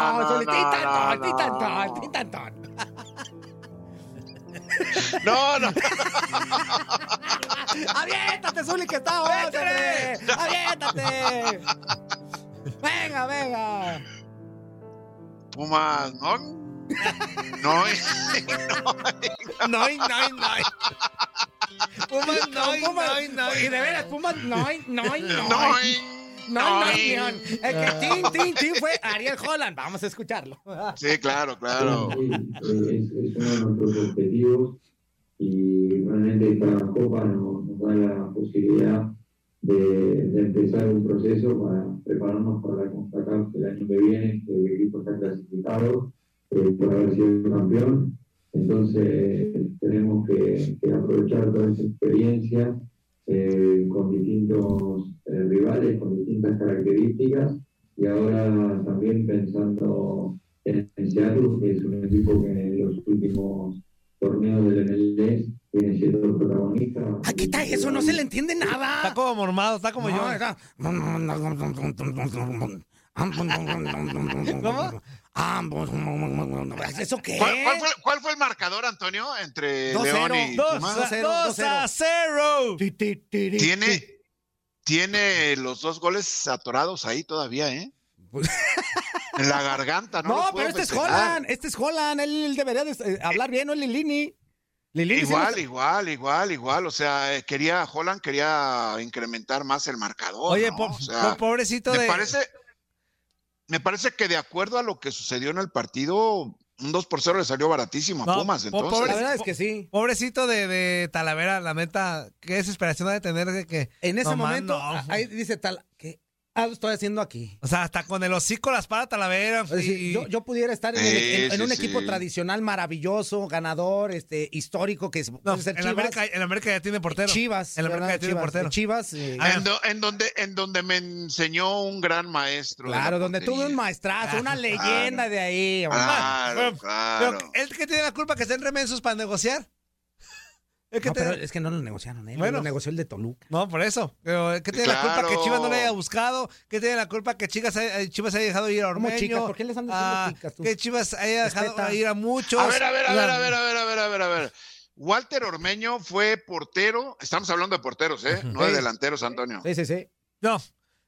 [SPEAKER 1] tanto, Zuli, ni tanto, ni tanto, ni tanto.
[SPEAKER 3] No, no.
[SPEAKER 1] Aviéntate, Zuli, que está hombre. Aviéntate. Venga, venga.
[SPEAKER 3] Pumas, no. No.
[SPEAKER 2] No, no, no. Pumas noin, noin, noin.
[SPEAKER 1] Y de veras, Pumas noin, noin, noin.
[SPEAKER 3] Noin.
[SPEAKER 1] No, no,
[SPEAKER 3] Noin.
[SPEAKER 1] no. El que tin, tin, tin fue Ariel Holland. Vamos a escucharlo.
[SPEAKER 3] Sí, claro, claro.
[SPEAKER 9] es, es uno de nuestros objetivos y realmente cada copa nos, nos da la posibilidad de, de empezar un proceso para prepararnos para la CONCACAF el año que viene, que el equipo está clasificado eh, por haber sido campeón. Entonces tenemos que, que aprovechar toda esa experiencia eh, con distintos eh, rivales, con distintas características y ahora también pensando en Seattle, que es un equipo que en los últimos torneos del MLS viene siendo protagonista.
[SPEAKER 1] Aquí está, eso no se le entiende
[SPEAKER 2] Está
[SPEAKER 1] nada.
[SPEAKER 2] como mormado, está como yo.
[SPEAKER 1] No, era- ¿Eso qué?
[SPEAKER 3] ¿Cuál, cuál fue, cuál fue el marcador, Antonio, entre
[SPEAKER 1] Dos
[SPEAKER 3] León y
[SPEAKER 1] cero, dos,
[SPEAKER 3] Pumas?
[SPEAKER 1] dos cero,
[SPEAKER 2] ¡Dos a cero!
[SPEAKER 1] Ti, ti, ti, ti, ti.
[SPEAKER 3] Tiene, tiene los dos goles atorados ahí todavía, ¿eh? En la garganta, ¿no?
[SPEAKER 1] No,
[SPEAKER 3] los
[SPEAKER 1] pero
[SPEAKER 3] puede
[SPEAKER 1] este es
[SPEAKER 3] festejar.
[SPEAKER 1] Holland. Este es Holland. Él debería de, eh, hablar bien, no es Lilini. Lilini sí
[SPEAKER 3] Igual,
[SPEAKER 1] nos-
[SPEAKER 3] igual, igual, igual. O sea, eh, quería, Holland quería incrementar más el marcador.
[SPEAKER 2] Oye,
[SPEAKER 3] Pues ¿no?
[SPEAKER 2] po-
[SPEAKER 3] O sea,
[SPEAKER 2] po- pobrecito
[SPEAKER 3] me
[SPEAKER 2] de.
[SPEAKER 3] parece, me parece que de acuerdo a lo que sucedió en el partido, un 2 por 0 le salió baratísimo a
[SPEAKER 2] No,
[SPEAKER 3] Pumas.
[SPEAKER 2] po-
[SPEAKER 3] Entonces,
[SPEAKER 1] La verdad es que sí.
[SPEAKER 2] Pobrecito de, de Talavera, la neta, qué desesperación ha de tener de que.
[SPEAKER 1] En ese
[SPEAKER 2] No, man,
[SPEAKER 1] momento,
[SPEAKER 2] no.
[SPEAKER 1] a- ahí dice tal, ¿qué ah, estoy haciendo aquí?
[SPEAKER 2] O sea, hasta con el hocico las para Talavera.
[SPEAKER 1] Es decir,
[SPEAKER 2] y-
[SPEAKER 1] yo, yo pudiera estar en, el-
[SPEAKER 3] Sí,
[SPEAKER 1] en- en
[SPEAKER 3] sí,
[SPEAKER 1] un
[SPEAKER 3] sí.
[SPEAKER 1] equipo tradicional maravilloso, ganador, este, histórico, que es
[SPEAKER 2] No,
[SPEAKER 1] puede ser
[SPEAKER 2] en, América, en América ya tiene portero.
[SPEAKER 1] Chivas.
[SPEAKER 2] En la América
[SPEAKER 1] ¿verdad?
[SPEAKER 2] ya tiene portero.
[SPEAKER 1] Chivas. Chivas eh,
[SPEAKER 2] Ah,
[SPEAKER 3] en, do- en donde, en donde me enseñó un gran maestro. de la
[SPEAKER 1] claro, donde tuve
[SPEAKER 3] portería.
[SPEAKER 1] un maestrazo, una leyenda de ahí. hombre.
[SPEAKER 3] Claro,
[SPEAKER 2] Pero-
[SPEAKER 3] claro.
[SPEAKER 2] Pero él que tiene la culpa que estén remensos para negociar. El que
[SPEAKER 1] No,
[SPEAKER 2] te-
[SPEAKER 12] eh,
[SPEAKER 1] pero es que no lo negociaron, él
[SPEAKER 2] Bueno.
[SPEAKER 1] lo negoció el de Toluca.
[SPEAKER 2] No, por eso. Pero, ¿Qué tiene la culpa que
[SPEAKER 3] Claro.
[SPEAKER 2] Chivas no le haya buscado? ¿Qué tiene la culpa que Chivas haya, eh, Chivas haya dejado ir a
[SPEAKER 1] ¿Cómo
[SPEAKER 2] Ormeño?
[SPEAKER 1] chicas? ¿Por qué les andas diciendo
[SPEAKER 2] Ah,
[SPEAKER 1] chicas tú?
[SPEAKER 2] Que Chivas haya dejado
[SPEAKER 1] Respeta.
[SPEAKER 2] ir a muchos.
[SPEAKER 3] A ver, a ver, a
[SPEAKER 2] La-
[SPEAKER 3] ver, a ver, a ver, a ver, a ver, a ver. Walter Ormeño fue portero. Estamos hablando de porteros, ¿eh? No de
[SPEAKER 1] Sí.
[SPEAKER 3] delanteros, Antonio.
[SPEAKER 1] Sí, sí, sí.
[SPEAKER 2] No,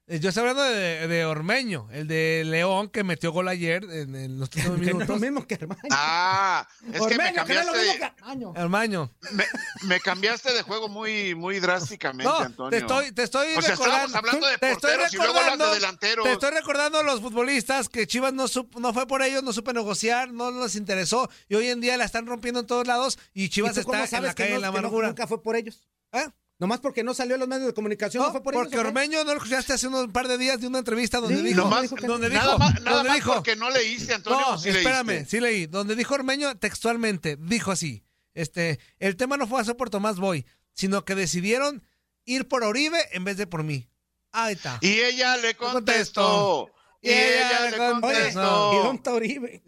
[SPEAKER 2] eh, yo estoy hablando de, de Ormeño, el de León que metió gol ayer en, en los últimos
[SPEAKER 1] Que no es lo
[SPEAKER 2] minutos.
[SPEAKER 1] mismo que Armaño.
[SPEAKER 3] Ah, es que me
[SPEAKER 1] Ormeño, que no es lo mismo que
[SPEAKER 3] cambiaste,
[SPEAKER 1] Armaño.
[SPEAKER 2] Hermaño.
[SPEAKER 3] me, me cambiaste de juego muy, muy drásticamente,
[SPEAKER 2] No,
[SPEAKER 3] Antonio.
[SPEAKER 2] te estoy, te estoy
[SPEAKER 3] O sea, estábamos
[SPEAKER 2] recordando.
[SPEAKER 3] hablando de
[SPEAKER 2] te estoy
[SPEAKER 3] porteros y luego hablas de
[SPEAKER 2] recordando-
[SPEAKER 3] delanteros.
[SPEAKER 2] Te estoy recordando a los futbolistas que Chivas no, sup- no fue por ellos, no supe negociar, no les interesó. Y hoy en día la están rompiendo en todos lados y
[SPEAKER 1] ¿Y
[SPEAKER 2] Chivas
[SPEAKER 1] tú cómo
[SPEAKER 2] está en
[SPEAKER 1] sabes
[SPEAKER 2] la
[SPEAKER 1] que
[SPEAKER 2] calle de
[SPEAKER 1] no-
[SPEAKER 2] la
[SPEAKER 1] que no-
[SPEAKER 2] amargura.
[SPEAKER 1] nunca fue por ellos?
[SPEAKER 2] ¿Eh?
[SPEAKER 1] Nomás porque no salió en los medios de comunicación, no,
[SPEAKER 2] No,
[SPEAKER 1] fue por ellos.
[SPEAKER 2] porque
[SPEAKER 1] ¿o qué?
[SPEAKER 2] Ormeño no lo escuchaste hace unos par de días de una entrevista donde
[SPEAKER 1] Sí,
[SPEAKER 2] dijo,
[SPEAKER 1] nomás-
[SPEAKER 2] donde dijo,
[SPEAKER 3] nada más, nada
[SPEAKER 2] donde
[SPEAKER 3] más
[SPEAKER 2] dijo,
[SPEAKER 3] porque no leíste, Antonio.
[SPEAKER 2] no,
[SPEAKER 3] ¿o sí
[SPEAKER 2] espérame,
[SPEAKER 3] leíste?
[SPEAKER 2] sí leí, donde dijo Ormeño textualmente, dijo así, este, el tema no fue hacer por Tomás Boy, sino que decidieron ir por Oribe en vez de por mí. Ahí está.
[SPEAKER 3] Y ella le contestó. Y ella le
[SPEAKER 1] Oye,
[SPEAKER 3] contestó.
[SPEAKER 1] y Don Tauribe.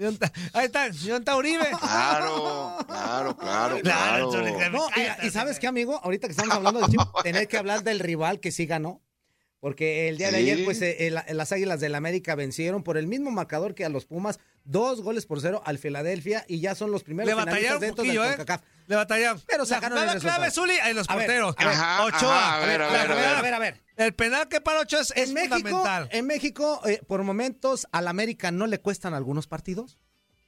[SPEAKER 2] Ahí está, John Tauribe.
[SPEAKER 3] Claro, claro, claro,
[SPEAKER 2] Claro,
[SPEAKER 3] claro.
[SPEAKER 2] Antonio,
[SPEAKER 1] No, y- y, sabes qué, amigo, ahorita que estamos hablando de Chivas, tener que hablar del rival que sí ganó. Porque el día de
[SPEAKER 3] Sí.
[SPEAKER 1] ayer, pues, eh, el- el- las Águilas del América vencieron por el mismo marcador que a los Pumas, dos goles por cero al Filadelfia y ya son los primeros
[SPEAKER 2] Le batallaron
[SPEAKER 1] finalistas
[SPEAKER 2] un
[SPEAKER 1] dentro del
[SPEAKER 2] poquillo, ¿eh?
[SPEAKER 1] CONCACAF.
[SPEAKER 2] Le batallaron.
[SPEAKER 1] Pero sacaron
[SPEAKER 2] la jugada
[SPEAKER 1] el
[SPEAKER 2] clave,
[SPEAKER 1] resultado.
[SPEAKER 2] Zuli, ahí los
[SPEAKER 1] A ver,
[SPEAKER 2] porteros.
[SPEAKER 1] a ver,
[SPEAKER 3] Ajá,
[SPEAKER 2] Ochoa.
[SPEAKER 3] ajá, a ver, a
[SPEAKER 2] La
[SPEAKER 3] ver, a
[SPEAKER 2] jugada-
[SPEAKER 3] ver.
[SPEAKER 1] a ver, a ver.
[SPEAKER 2] El penal que para Ochoa es, es
[SPEAKER 1] En México,
[SPEAKER 2] fundamental.
[SPEAKER 1] en México eh, por momentos, al América no le cuestan algunos partidos.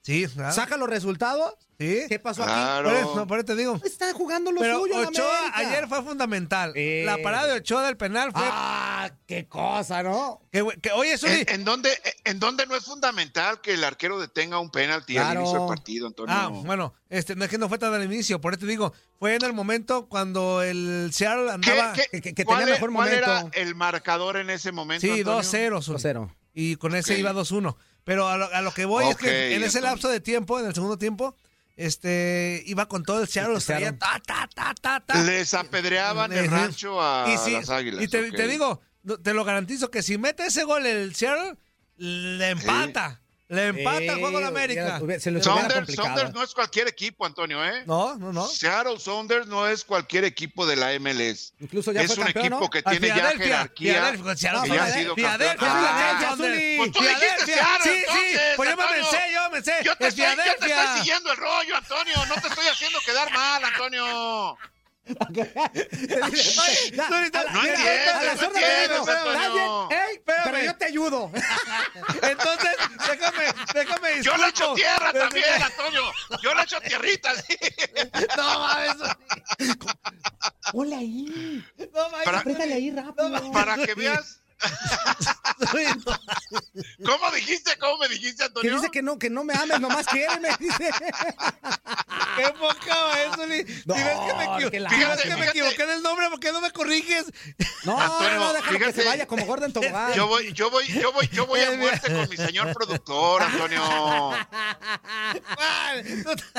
[SPEAKER 2] Sí, ¿verdad?
[SPEAKER 1] Saca los resultados.
[SPEAKER 2] Sí.
[SPEAKER 1] ¿Qué pasó aquí?
[SPEAKER 3] Claro.
[SPEAKER 2] Por eso, no, por eso te digo.
[SPEAKER 1] Está jugando lo
[SPEAKER 2] Pero
[SPEAKER 1] suyo. el
[SPEAKER 2] Ochoa
[SPEAKER 1] América.
[SPEAKER 2] ayer fue fundamental.
[SPEAKER 1] Sí.
[SPEAKER 2] La parada de Ochoa del penal fue.
[SPEAKER 1] Ah, qué cosa, ¿no?
[SPEAKER 2] que, güey, que- oye, Zuli.
[SPEAKER 3] ¿En, en dónde, ¿En dónde no es fundamental que el arquero detenga un penalti
[SPEAKER 1] Claro.
[SPEAKER 3] al inicio del partido, Antonio?
[SPEAKER 2] Ah, bueno, este, no es que no fue tan al inicio, por eso te digo, fue en el momento cuando el Seattle
[SPEAKER 3] ¿Qué-
[SPEAKER 2] andaba.
[SPEAKER 3] qué-
[SPEAKER 1] que- que- que
[SPEAKER 3] cuál
[SPEAKER 1] tenía
[SPEAKER 3] e-
[SPEAKER 1] mejor
[SPEAKER 3] cuál
[SPEAKER 1] momento.
[SPEAKER 3] era el marcador en ese momento?
[SPEAKER 2] Sí,
[SPEAKER 3] Antonio?
[SPEAKER 2] 2-0. Zuli.
[SPEAKER 1] 2-0.
[SPEAKER 2] Y con ese
[SPEAKER 3] Ok.
[SPEAKER 2] iba 2-1. Pero a lo, a lo que voy es
[SPEAKER 3] Ok,
[SPEAKER 2] que en ese
[SPEAKER 3] entonces.
[SPEAKER 2] lapso de tiempo, en el segundo tiempo, este iba con todo el Seattle. los traía
[SPEAKER 1] Seattle.
[SPEAKER 2] ta, ta, ta, ta, ta.
[SPEAKER 3] Les apedreaban el
[SPEAKER 2] Ajá.
[SPEAKER 3] rancho a
[SPEAKER 2] Y sí,
[SPEAKER 3] las águilas.
[SPEAKER 2] Y te,
[SPEAKER 3] ok.
[SPEAKER 2] te digo, no, te lo garantizo que si mete ese gol el Seattle, le empata. Le empata el juego a la
[SPEAKER 1] Eh,
[SPEAKER 2] América.
[SPEAKER 1] hubiera- se los hubiera
[SPEAKER 3] Saunders,
[SPEAKER 1] complicado.
[SPEAKER 3] Saunders no es cualquier equipo, Antonio, ¿eh?
[SPEAKER 2] No, no, no.
[SPEAKER 3] Seattle Saunders no es cualquier equipo de la MLS.
[SPEAKER 1] Incluso ya
[SPEAKER 3] Es
[SPEAKER 1] fue
[SPEAKER 3] un
[SPEAKER 1] campeón,
[SPEAKER 3] equipo
[SPEAKER 1] ¿no?
[SPEAKER 3] que
[SPEAKER 2] A
[SPEAKER 3] tiene ya
[SPEAKER 2] Filadelfia,
[SPEAKER 3] jerarquía.
[SPEAKER 2] Filadelfia, con Seattle.
[SPEAKER 3] que ya ha sido
[SPEAKER 2] Filadelfia,
[SPEAKER 3] campeón.
[SPEAKER 2] Filadelfia,
[SPEAKER 3] Ah,
[SPEAKER 2] Saunders.
[SPEAKER 3] pues tú dijiste
[SPEAKER 2] Filadelfia.
[SPEAKER 3] Seattle,
[SPEAKER 2] Sí, sí,
[SPEAKER 3] entonces,
[SPEAKER 2] pues yo me
[SPEAKER 3] Antonio.
[SPEAKER 2] pensé, yo me pensé.
[SPEAKER 3] Yo te,
[SPEAKER 2] es
[SPEAKER 3] estoy, yo te estoy
[SPEAKER 2] Filadelfia.
[SPEAKER 3] siguiendo el rollo, Antonio. No te estoy haciendo quedar mal, Antonio.
[SPEAKER 1] Ya,
[SPEAKER 2] Tú ahorita-
[SPEAKER 1] a la-
[SPEAKER 3] No
[SPEAKER 1] mira,
[SPEAKER 3] entiendes,
[SPEAKER 1] a la
[SPEAKER 3] no
[SPEAKER 1] sorda le digo,
[SPEAKER 3] entiendes,
[SPEAKER 1] "Está
[SPEAKER 3] Antonio".
[SPEAKER 1] bien, ey, pero
[SPEAKER 2] Espérame.
[SPEAKER 1] yo te ayudo.
[SPEAKER 2] Entonces, déjame, déjame
[SPEAKER 3] Yo
[SPEAKER 2] disculpo.
[SPEAKER 3] le echo tierra
[SPEAKER 2] Déjame-
[SPEAKER 3] también, Antonio. Yo le echo tierrita, sí.
[SPEAKER 2] No, mames.
[SPEAKER 13] Hola ahí.
[SPEAKER 3] Para-
[SPEAKER 13] Apriétale ahí rápido.
[SPEAKER 3] Para que veas. ¿Cómo dijiste? ¿Cómo me dijiste,
[SPEAKER 4] Que
[SPEAKER 3] Antonio?
[SPEAKER 4] dice que no, que no me ames, nomás quiéreme, dice.
[SPEAKER 1] ¡Qué poca eso, Li!
[SPEAKER 4] No,
[SPEAKER 1] si ves que me, equivo-
[SPEAKER 4] que la-
[SPEAKER 1] si ves
[SPEAKER 4] Fíjate,
[SPEAKER 1] que me
[SPEAKER 4] fíjate.
[SPEAKER 1] equivoqué en el nombre, ¿por qué no me corriges?
[SPEAKER 4] No,
[SPEAKER 3] Antonio,
[SPEAKER 4] no, déjalo que
[SPEAKER 3] Ah, fíjate.
[SPEAKER 4] se vaya como Gordon Tobogán.
[SPEAKER 3] Yo voy, yo voy, yo voy, yo voy a muerte con mi señor productor, Antonio.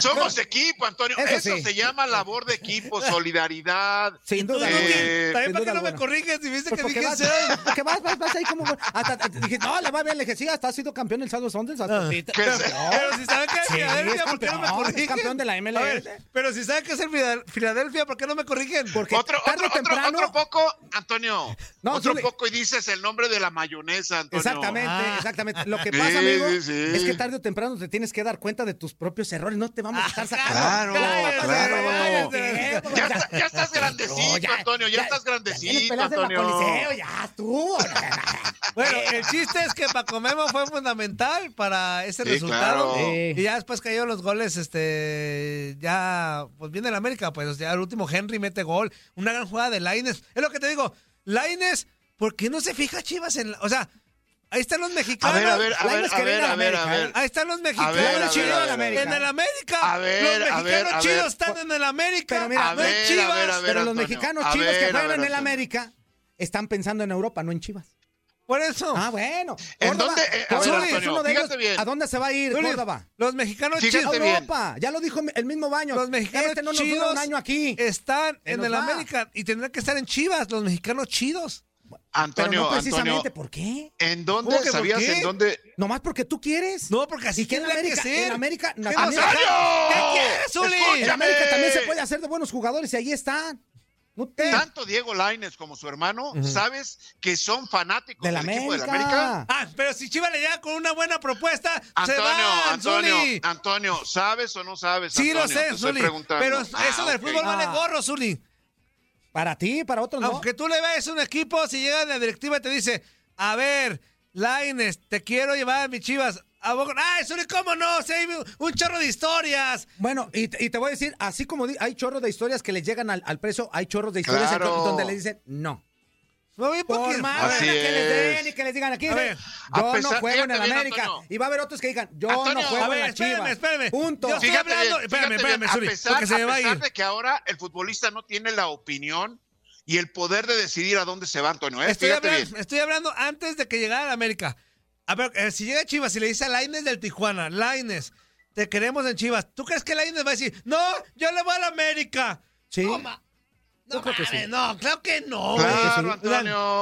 [SPEAKER 3] Somos equipo, Antonio.
[SPEAKER 1] Eso
[SPEAKER 3] Eso,
[SPEAKER 1] sí.
[SPEAKER 3] se llama labor de equipo, solidaridad.
[SPEAKER 4] Sin duda,
[SPEAKER 3] Eh,
[SPEAKER 1] También para que no me corriges si viste
[SPEAKER 4] Pues
[SPEAKER 1] que
[SPEAKER 4] porque
[SPEAKER 1] dije
[SPEAKER 4] vas,
[SPEAKER 1] seis.
[SPEAKER 4] porque vas, vas, vas ahí como. Hasta, hasta- dije, no, le va bien. Le dije, sí, hasta ha sido campeón en Santos Sonders. Hasta sí,
[SPEAKER 1] Pero, Ah, pero si sabe que es
[SPEAKER 4] Sí,
[SPEAKER 1] Filadelfia,
[SPEAKER 4] es
[SPEAKER 1] ¿por qué no me
[SPEAKER 4] campeón, es
[SPEAKER 1] corrigen?
[SPEAKER 4] campeón de la MLS.
[SPEAKER 1] A ver, pero si sabe que es el Fidel- Filadelfia, ¿por qué no me corrigen?
[SPEAKER 4] Porque
[SPEAKER 3] Otro, otro, otro, otro poco, Antonio. otro poco y dices el nombre de la mayonesa, Antonio.
[SPEAKER 4] Exactamente, exactamente. Lo que
[SPEAKER 3] Sí,
[SPEAKER 4] pasa, amigo,
[SPEAKER 3] sí, sí.
[SPEAKER 4] es que tarde o temprano te tienes que dar cuenta de tus propios errores. No te vamos a estar sacando.
[SPEAKER 3] Claro,
[SPEAKER 4] Cállate,
[SPEAKER 3] claro.
[SPEAKER 4] cállate.
[SPEAKER 3] Ya, está- ya estás grandecito, Antonio. Ya, estás
[SPEAKER 4] Tienes
[SPEAKER 3] grandecito,
[SPEAKER 4] pelas de Bacoliseo,
[SPEAKER 3] Antonio.
[SPEAKER 4] ya estuvo.
[SPEAKER 1] Bueno, el chiste es que Paco Memo fue fundamental para ese
[SPEAKER 3] Sí,
[SPEAKER 1] resultado.
[SPEAKER 3] claro. Sí.
[SPEAKER 1] Y ya después cayó los goles, este, ya, pues viene el América, pues ya el último Henry mete gol. Una gran jugada de Laines. Es lo que te digo, Laines, ¿por qué no se fija Chivas en la- O sea, ahí están los mexicanos.
[SPEAKER 3] A ver, a ver, a ver,
[SPEAKER 1] Lainez que
[SPEAKER 3] a ver,
[SPEAKER 1] viene
[SPEAKER 3] a ver,
[SPEAKER 1] América,
[SPEAKER 3] a ver.
[SPEAKER 1] ¿eh? Ahí están los
[SPEAKER 3] A
[SPEAKER 1] mexicanos
[SPEAKER 3] ver, a ver,
[SPEAKER 1] chidos
[SPEAKER 3] a ver, a ver.
[SPEAKER 1] en el América.
[SPEAKER 3] A ver,
[SPEAKER 1] los
[SPEAKER 3] a ver,
[SPEAKER 1] mexicanos
[SPEAKER 3] a ver.
[SPEAKER 1] chidos están en el América.
[SPEAKER 4] Pero mira,
[SPEAKER 1] no en Chivas.
[SPEAKER 4] pero los mexicanos chivos que juegan en el América están pensando en Europa, no en Chivas.
[SPEAKER 1] Por eso.
[SPEAKER 4] Ah, bueno.
[SPEAKER 1] ¿En
[SPEAKER 4] Córdoba-
[SPEAKER 1] dónde? Eh, a ver,
[SPEAKER 4] Córdoba es
[SPEAKER 1] Antonio,
[SPEAKER 4] uno de
[SPEAKER 1] fíjate
[SPEAKER 4] ellos.
[SPEAKER 1] bien.
[SPEAKER 4] ¿A dónde se va a ir
[SPEAKER 1] Antonio,
[SPEAKER 4] Córdoba?
[SPEAKER 1] Los mexicanos
[SPEAKER 4] Fíjate
[SPEAKER 1] chidos.
[SPEAKER 4] bien. Europa. Ya lo dijo el mismo baño.
[SPEAKER 1] Los mexicanos
[SPEAKER 4] Este no nos dura
[SPEAKER 1] chidos
[SPEAKER 4] un año aquí.
[SPEAKER 1] Están
[SPEAKER 4] Se
[SPEAKER 1] en
[SPEAKER 4] nos
[SPEAKER 1] el
[SPEAKER 4] va.
[SPEAKER 1] América y tendrán que estar en Chivas, los mexicanos chidos.
[SPEAKER 3] Antonio,
[SPEAKER 4] pero no precisamente,
[SPEAKER 3] Antonio.
[SPEAKER 4] ¿por qué?
[SPEAKER 3] ¿En
[SPEAKER 4] ¿Cómo
[SPEAKER 3] dónde
[SPEAKER 4] que por
[SPEAKER 3] sabías
[SPEAKER 4] qué?
[SPEAKER 3] en dónde?
[SPEAKER 4] Nomás porque tú quieres.
[SPEAKER 1] No, porque así
[SPEAKER 4] ¿Y qué en
[SPEAKER 1] tendrá que
[SPEAKER 4] América,
[SPEAKER 1] ser.
[SPEAKER 4] en América,
[SPEAKER 1] ¿Qué
[SPEAKER 4] na-
[SPEAKER 1] más
[SPEAKER 4] también-
[SPEAKER 1] hay? ¿Qué quieres, Zuli?
[SPEAKER 4] En América también se puede hacer de buenos jugadores y ahí están. No te-
[SPEAKER 3] Tanto Diego Laines como su hermano,
[SPEAKER 4] Ujú.
[SPEAKER 3] sabes que son fanáticos
[SPEAKER 4] De
[SPEAKER 3] del
[SPEAKER 4] la
[SPEAKER 3] equipo de la
[SPEAKER 4] América.
[SPEAKER 3] América.
[SPEAKER 1] Ah, pero si Chivas le llega con una buena propuesta, se
[SPEAKER 3] Antonio,
[SPEAKER 1] va,
[SPEAKER 3] Antonio,
[SPEAKER 1] Zuli.
[SPEAKER 3] Antonio, ¿sabes o no sabes?
[SPEAKER 1] Sí, lo
[SPEAKER 3] Antonio? Te
[SPEAKER 1] sé,
[SPEAKER 3] estoy
[SPEAKER 1] Zuli.
[SPEAKER 3] preguntando.
[SPEAKER 1] Pero
[SPEAKER 3] Ah,
[SPEAKER 1] eso del
[SPEAKER 3] ok.
[SPEAKER 1] fútbol vale gorro, Zuli.
[SPEAKER 4] Para ti, para otros no.
[SPEAKER 1] Aunque tú le veas un equipo, si llega la directiva y te dice, a ver, Laines, te quiero llevar a mis chivas. ¿A poco- Ay, Zuli, ¿cómo no? Sí, hay un chorro de historias.
[SPEAKER 4] Bueno, y, te- y te voy a decir, así como di- hay chorros de historias que le llegan al, al preso, hay chorros de historias en
[SPEAKER 3] Claro.
[SPEAKER 4] que- donde le dicen no.
[SPEAKER 1] No voy
[SPEAKER 4] Por más
[SPEAKER 3] Así
[SPEAKER 4] lana que les
[SPEAKER 3] es.
[SPEAKER 4] den y que les digan aquí,
[SPEAKER 1] A
[SPEAKER 4] dicen,
[SPEAKER 1] ver,
[SPEAKER 3] a
[SPEAKER 4] yo no
[SPEAKER 3] pesar-
[SPEAKER 4] juego en
[SPEAKER 3] fíjate
[SPEAKER 4] el
[SPEAKER 3] bien,
[SPEAKER 4] América.
[SPEAKER 3] Antonio.
[SPEAKER 4] Y va a haber otros que digan, yo
[SPEAKER 3] Antonio,
[SPEAKER 4] no juego
[SPEAKER 1] a ver,
[SPEAKER 4] en la
[SPEAKER 1] espérame,
[SPEAKER 4] Chivas.
[SPEAKER 1] espérame.
[SPEAKER 4] Punto.
[SPEAKER 1] Yo estoy
[SPEAKER 3] Fíjate
[SPEAKER 1] hablando-
[SPEAKER 3] bien,
[SPEAKER 1] espérame,
[SPEAKER 3] fíjate
[SPEAKER 1] espérame,
[SPEAKER 3] bien,
[SPEAKER 1] Zuli,
[SPEAKER 3] a pesar,
[SPEAKER 1] porque se me va a
[SPEAKER 3] pesar
[SPEAKER 1] ir.
[SPEAKER 3] de que ahora el futbolista no tiene la opinión y el poder de decidir a dónde se va, Antonio. ¿eh?
[SPEAKER 1] Estoy
[SPEAKER 3] Fíjate
[SPEAKER 1] hablando,
[SPEAKER 3] bien.
[SPEAKER 1] estoy hablando antes de que llegara a la América. A ver, eh, si llega Chivas y le dice a Laines del Tijuana, Laines, te queremos en Chivas. ¿Tú crees que Laines va a decir, no, yo le voy a la América?
[SPEAKER 4] Sí.
[SPEAKER 1] No, ma- no,
[SPEAKER 4] creo que sí.
[SPEAKER 1] mames, no, claro que no.
[SPEAKER 3] Claro,
[SPEAKER 1] güey.
[SPEAKER 3] Antonio.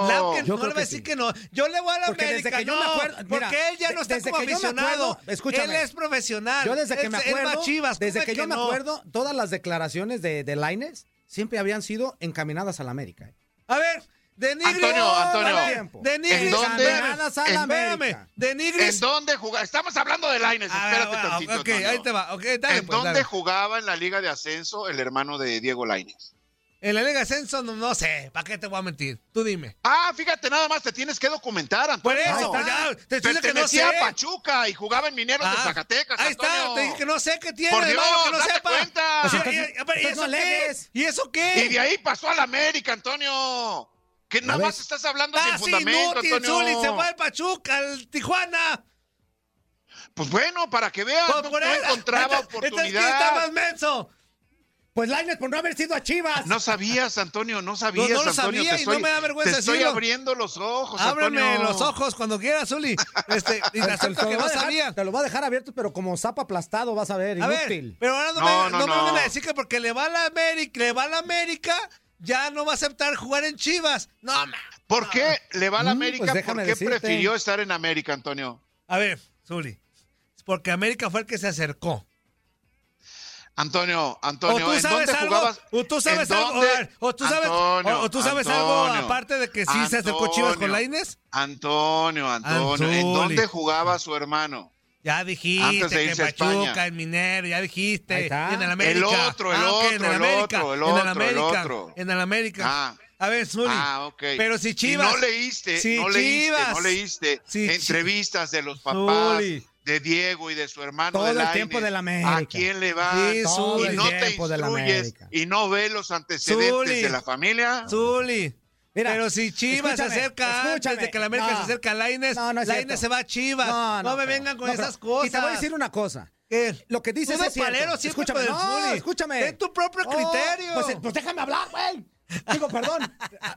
[SPEAKER 1] Claro que
[SPEAKER 4] Yo
[SPEAKER 1] no
[SPEAKER 4] creo
[SPEAKER 1] le va a
[SPEAKER 4] que
[SPEAKER 1] decir
[SPEAKER 4] sí.
[SPEAKER 1] que no. Yo le voy a la
[SPEAKER 4] Porque desde
[SPEAKER 1] América,
[SPEAKER 4] que yo me
[SPEAKER 1] no,
[SPEAKER 4] acuerdo- mira,
[SPEAKER 1] porque él ya no
[SPEAKER 4] de-
[SPEAKER 1] está
[SPEAKER 4] desde
[SPEAKER 1] como
[SPEAKER 4] que yo me
[SPEAKER 1] aficionado.
[SPEAKER 4] acuerdo- escúchame.
[SPEAKER 1] Él es profesional.
[SPEAKER 4] Yo desde que me
[SPEAKER 1] Él- él va a
[SPEAKER 4] acuerdo,
[SPEAKER 1] Chivas,
[SPEAKER 4] desde
[SPEAKER 1] ¿cómo
[SPEAKER 4] que,
[SPEAKER 1] es
[SPEAKER 4] yo me
[SPEAKER 1] no?
[SPEAKER 4] acuerdo, todas las declaraciones de, de Lainez siempre habían sido encaminadas a la América. ¿eh?
[SPEAKER 1] A ver, de Nigris.
[SPEAKER 3] Antonio,
[SPEAKER 1] No,
[SPEAKER 3] Antonio.
[SPEAKER 1] a ver, De Nigris.
[SPEAKER 3] ¿En dónde?
[SPEAKER 1] Espérame,
[SPEAKER 4] a la
[SPEAKER 1] espérame,
[SPEAKER 4] América.
[SPEAKER 1] De Nigris.
[SPEAKER 3] ¿En dónde jugaba? Estamos hablando de Laines,
[SPEAKER 1] A
[SPEAKER 3] espérate
[SPEAKER 1] ver,
[SPEAKER 3] tantito,
[SPEAKER 1] ok,
[SPEAKER 3] Antonio.
[SPEAKER 1] ahí te va. ok, dale,
[SPEAKER 3] ¿En
[SPEAKER 1] pues,
[SPEAKER 3] dónde
[SPEAKER 1] dale.
[SPEAKER 3] jugaba en la Liga de Ascenso el hermano de Diego Laines?
[SPEAKER 1] En la Liga de Ascenso, no, no sé. ¿Para qué te voy a mentir? Tú dime.
[SPEAKER 3] Ah, fíjate, nada más te tienes que documentar,
[SPEAKER 1] Por
[SPEAKER 3] Antonio.
[SPEAKER 1] eso,
[SPEAKER 3] Ahí
[SPEAKER 1] pues,
[SPEAKER 3] está.
[SPEAKER 1] ya, te estoy diciendo que no sé.
[SPEAKER 3] Pertenecía a Pachuca y jugaba en Mineros de
[SPEAKER 1] Ah,
[SPEAKER 3] Zacatecas,
[SPEAKER 1] Ahí está,
[SPEAKER 3] Antonio.
[SPEAKER 1] te dije que no sé qué tiene,
[SPEAKER 3] Por
[SPEAKER 1] hermano,
[SPEAKER 3] Dios,
[SPEAKER 1] que no
[SPEAKER 3] date
[SPEAKER 1] sepa.
[SPEAKER 3] cuenta.
[SPEAKER 1] O sea,
[SPEAKER 4] Entonces,
[SPEAKER 1] y- a ver, ¿Y
[SPEAKER 4] entonces no
[SPEAKER 1] eso qué?
[SPEAKER 4] alegues.
[SPEAKER 1] ¿Y eso
[SPEAKER 3] Y de
[SPEAKER 1] qué?
[SPEAKER 3] ahí pasó al América, Antonio. Que nada
[SPEAKER 4] ver.
[SPEAKER 3] más estás hablando sin
[SPEAKER 1] Estás
[SPEAKER 3] fundamento,
[SPEAKER 1] inútil, Ah, Zuli, se va
[SPEAKER 3] Antonio.
[SPEAKER 1] al Pachuca, al Tijuana.
[SPEAKER 3] Pues bueno, para que veas,
[SPEAKER 1] Pues,
[SPEAKER 3] no,
[SPEAKER 1] por
[SPEAKER 3] no
[SPEAKER 1] ahí-
[SPEAKER 3] encontraba
[SPEAKER 1] entonces, Entonces, ¿quién está más
[SPEAKER 3] oportunidad.
[SPEAKER 1] menso?
[SPEAKER 4] Pues Lainez por no haber sido a Chivas.
[SPEAKER 3] No sabías, Antonio, no sabías,
[SPEAKER 1] No, no lo
[SPEAKER 3] Antonio.
[SPEAKER 1] sabía
[SPEAKER 3] te
[SPEAKER 1] y
[SPEAKER 3] estoy,
[SPEAKER 1] no me da vergüenza
[SPEAKER 3] Te estoy
[SPEAKER 1] decirlo.
[SPEAKER 3] abriendo los ojos,
[SPEAKER 1] Ábreme
[SPEAKER 3] Antonio.
[SPEAKER 1] los ojos cuando quieras, Zuli. Este, y te
[SPEAKER 4] Te- te-
[SPEAKER 1] acepto
[SPEAKER 4] te
[SPEAKER 1] que no
[SPEAKER 4] lo voy a dejar-
[SPEAKER 1] sabía.
[SPEAKER 4] Te lo voy a dejar abierto, pero como sapo aplastado vas a ver,
[SPEAKER 1] A
[SPEAKER 4] inútil.
[SPEAKER 1] ver, pero ahora no,
[SPEAKER 3] No,
[SPEAKER 1] me,
[SPEAKER 3] no,
[SPEAKER 1] no me
[SPEAKER 3] no.
[SPEAKER 1] vengan a decir que porque le va a la América, le va a la América, ya no va a aceptar jugar en Chivas. No, ma.
[SPEAKER 3] ¿Por qué le va a la
[SPEAKER 4] Mm,
[SPEAKER 3] América?
[SPEAKER 4] pues
[SPEAKER 3] ¿Por
[SPEAKER 4] déjame
[SPEAKER 3] qué
[SPEAKER 4] decirte.
[SPEAKER 3] prefirió estar en América, Antonio?
[SPEAKER 1] A ver, Zuli. es Porque América fue el que se acercó.
[SPEAKER 3] Antonio, Antonio,
[SPEAKER 1] o tú
[SPEAKER 3] ¿en
[SPEAKER 1] sabes
[SPEAKER 3] dónde
[SPEAKER 1] algo,
[SPEAKER 3] jugabas?
[SPEAKER 1] o tú sabes
[SPEAKER 3] ¿En
[SPEAKER 1] algo,
[SPEAKER 3] dónde?
[SPEAKER 1] o- o tú sabes,
[SPEAKER 3] Antonio,
[SPEAKER 1] o, o tú sabes algo
[SPEAKER 3] Antonio,
[SPEAKER 1] aparte de que sí se acercó Chivas con
[SPEAKER 3] Antonio,
[SPEAKER 1] Laines.
[SPEAKER 3] Antonio, Antonio, ¿en
[SPEAKER 1] Anzuli.
[SPEAKER 3] dónde jugaba su hermano?
[SPEAKER 1] Ya dijiste
[SPEAKER 3] Antes de
[SPEAKER 1] que
[SPEAKER 3] irse a
[SPEAKER 1] Pachuca,
[SPEAKER 3] España.
[SPEAKER 1] el Minero, ya
[SPEAKER 4] Ahí
[SPEAKER 1] dijiste.
[SPEAKER 4] está.
[SPEAKER 1] Y en el América.
[SPEAKER 3] El otro, el
[SPEAKER 1] Ah, ok,
[SPEAKER 3] otro, el otro, el
[SPEAKER 1] en
[SPEAKER 3] otro,
[SPEAKER 1] el
[SPEAKER 3] el
[SPEAKER 1] América.
[SPEAKER 3] otro.
[SPEAKER 1] En el América.
[SPEAKER 3] Ah.
[SPEAKER 1] a ver, Zuli.
[SPEAKER 3] Ah, ok.
[SPEAKER 1] Pero si
[SPEAKER 3] Y
[SPEAKER 1] Chivas.
[SPEAKER 3] no leíste,
[SPEAKER 1] si
[SPEAKER 3] no leíste,
[SPEAKER 1] Chivas-
[SPEAKER 3] no leíste
[SPEAKER 1] si Chi-
[SPEAKER 3] entrevistas de los papás,
[SPEAKER 1] Zuli,
[SPEAKER 3] de Diego y de su hermano.
[SPEAKER 4] Todo el
[SPEAKER 3] Elaine,
[SPEAKER 4] tiempo de la América.
[SPEAKER 3] ¿A quién le va?
[SPEAKER 4] Sí, Todo Zuli.
[SPEAKER 3] y
[SPEAKER 4] el
[SPEAKER 3] no te
[SPEAKER 4] tiempo de la
[SPEAKER 3] instruyes
[SPEAKER 4] América.
[SPEAKER 3] y no ves los antecedentes
[SPEAKER 4] Zuli.
[SPEAKER 3] de la familia.
[SPEAKER 1] Zuli.
[SPEAKER 4] Mira,
[SPEAKER 1] pero si Chivas se
[SPEAKER 4] escúchame,
[SPEAKER 1] acerca
[SPEAKER 4] escúchame.
[SPEAKER 1] antes de que la América
[SPEAKER 4] No.
[SPEAKER 1] se acerca a Laines,
[SPEAKER 4] No, no es
[SPEAKER 1] Laines
[SPEAKER 4] cierto.
[SPEAKER 1] se va a Chivas. No, me
[SPEAKER 4] pero-
[SPEAKER 1] vengan con
[SPEAKER 4] no, pero-
[SPEAKER 1] esas cosas.
[SPEAKER 4] Y te voy a decir una cosa. Lo que dices
[SPEAKER 1] Tú de
[SPEAKER 4] es cierto.
[SPEAKER 1] palero siempre con
[SPEAKER 4] escúchame,
[SPEAKER 1] el
[SPEAKER 4] no,
[SPEAKER 1] Zuli.
[SPEAKER 4] escúchame.
[SPEAKER 1] Ten tu propio
[SPEAKER 4] Oh,
[SPEAKER 1] criterio.
[SPEAKER 4] Pues, pues déjame hablar, güey. Digo, perdón.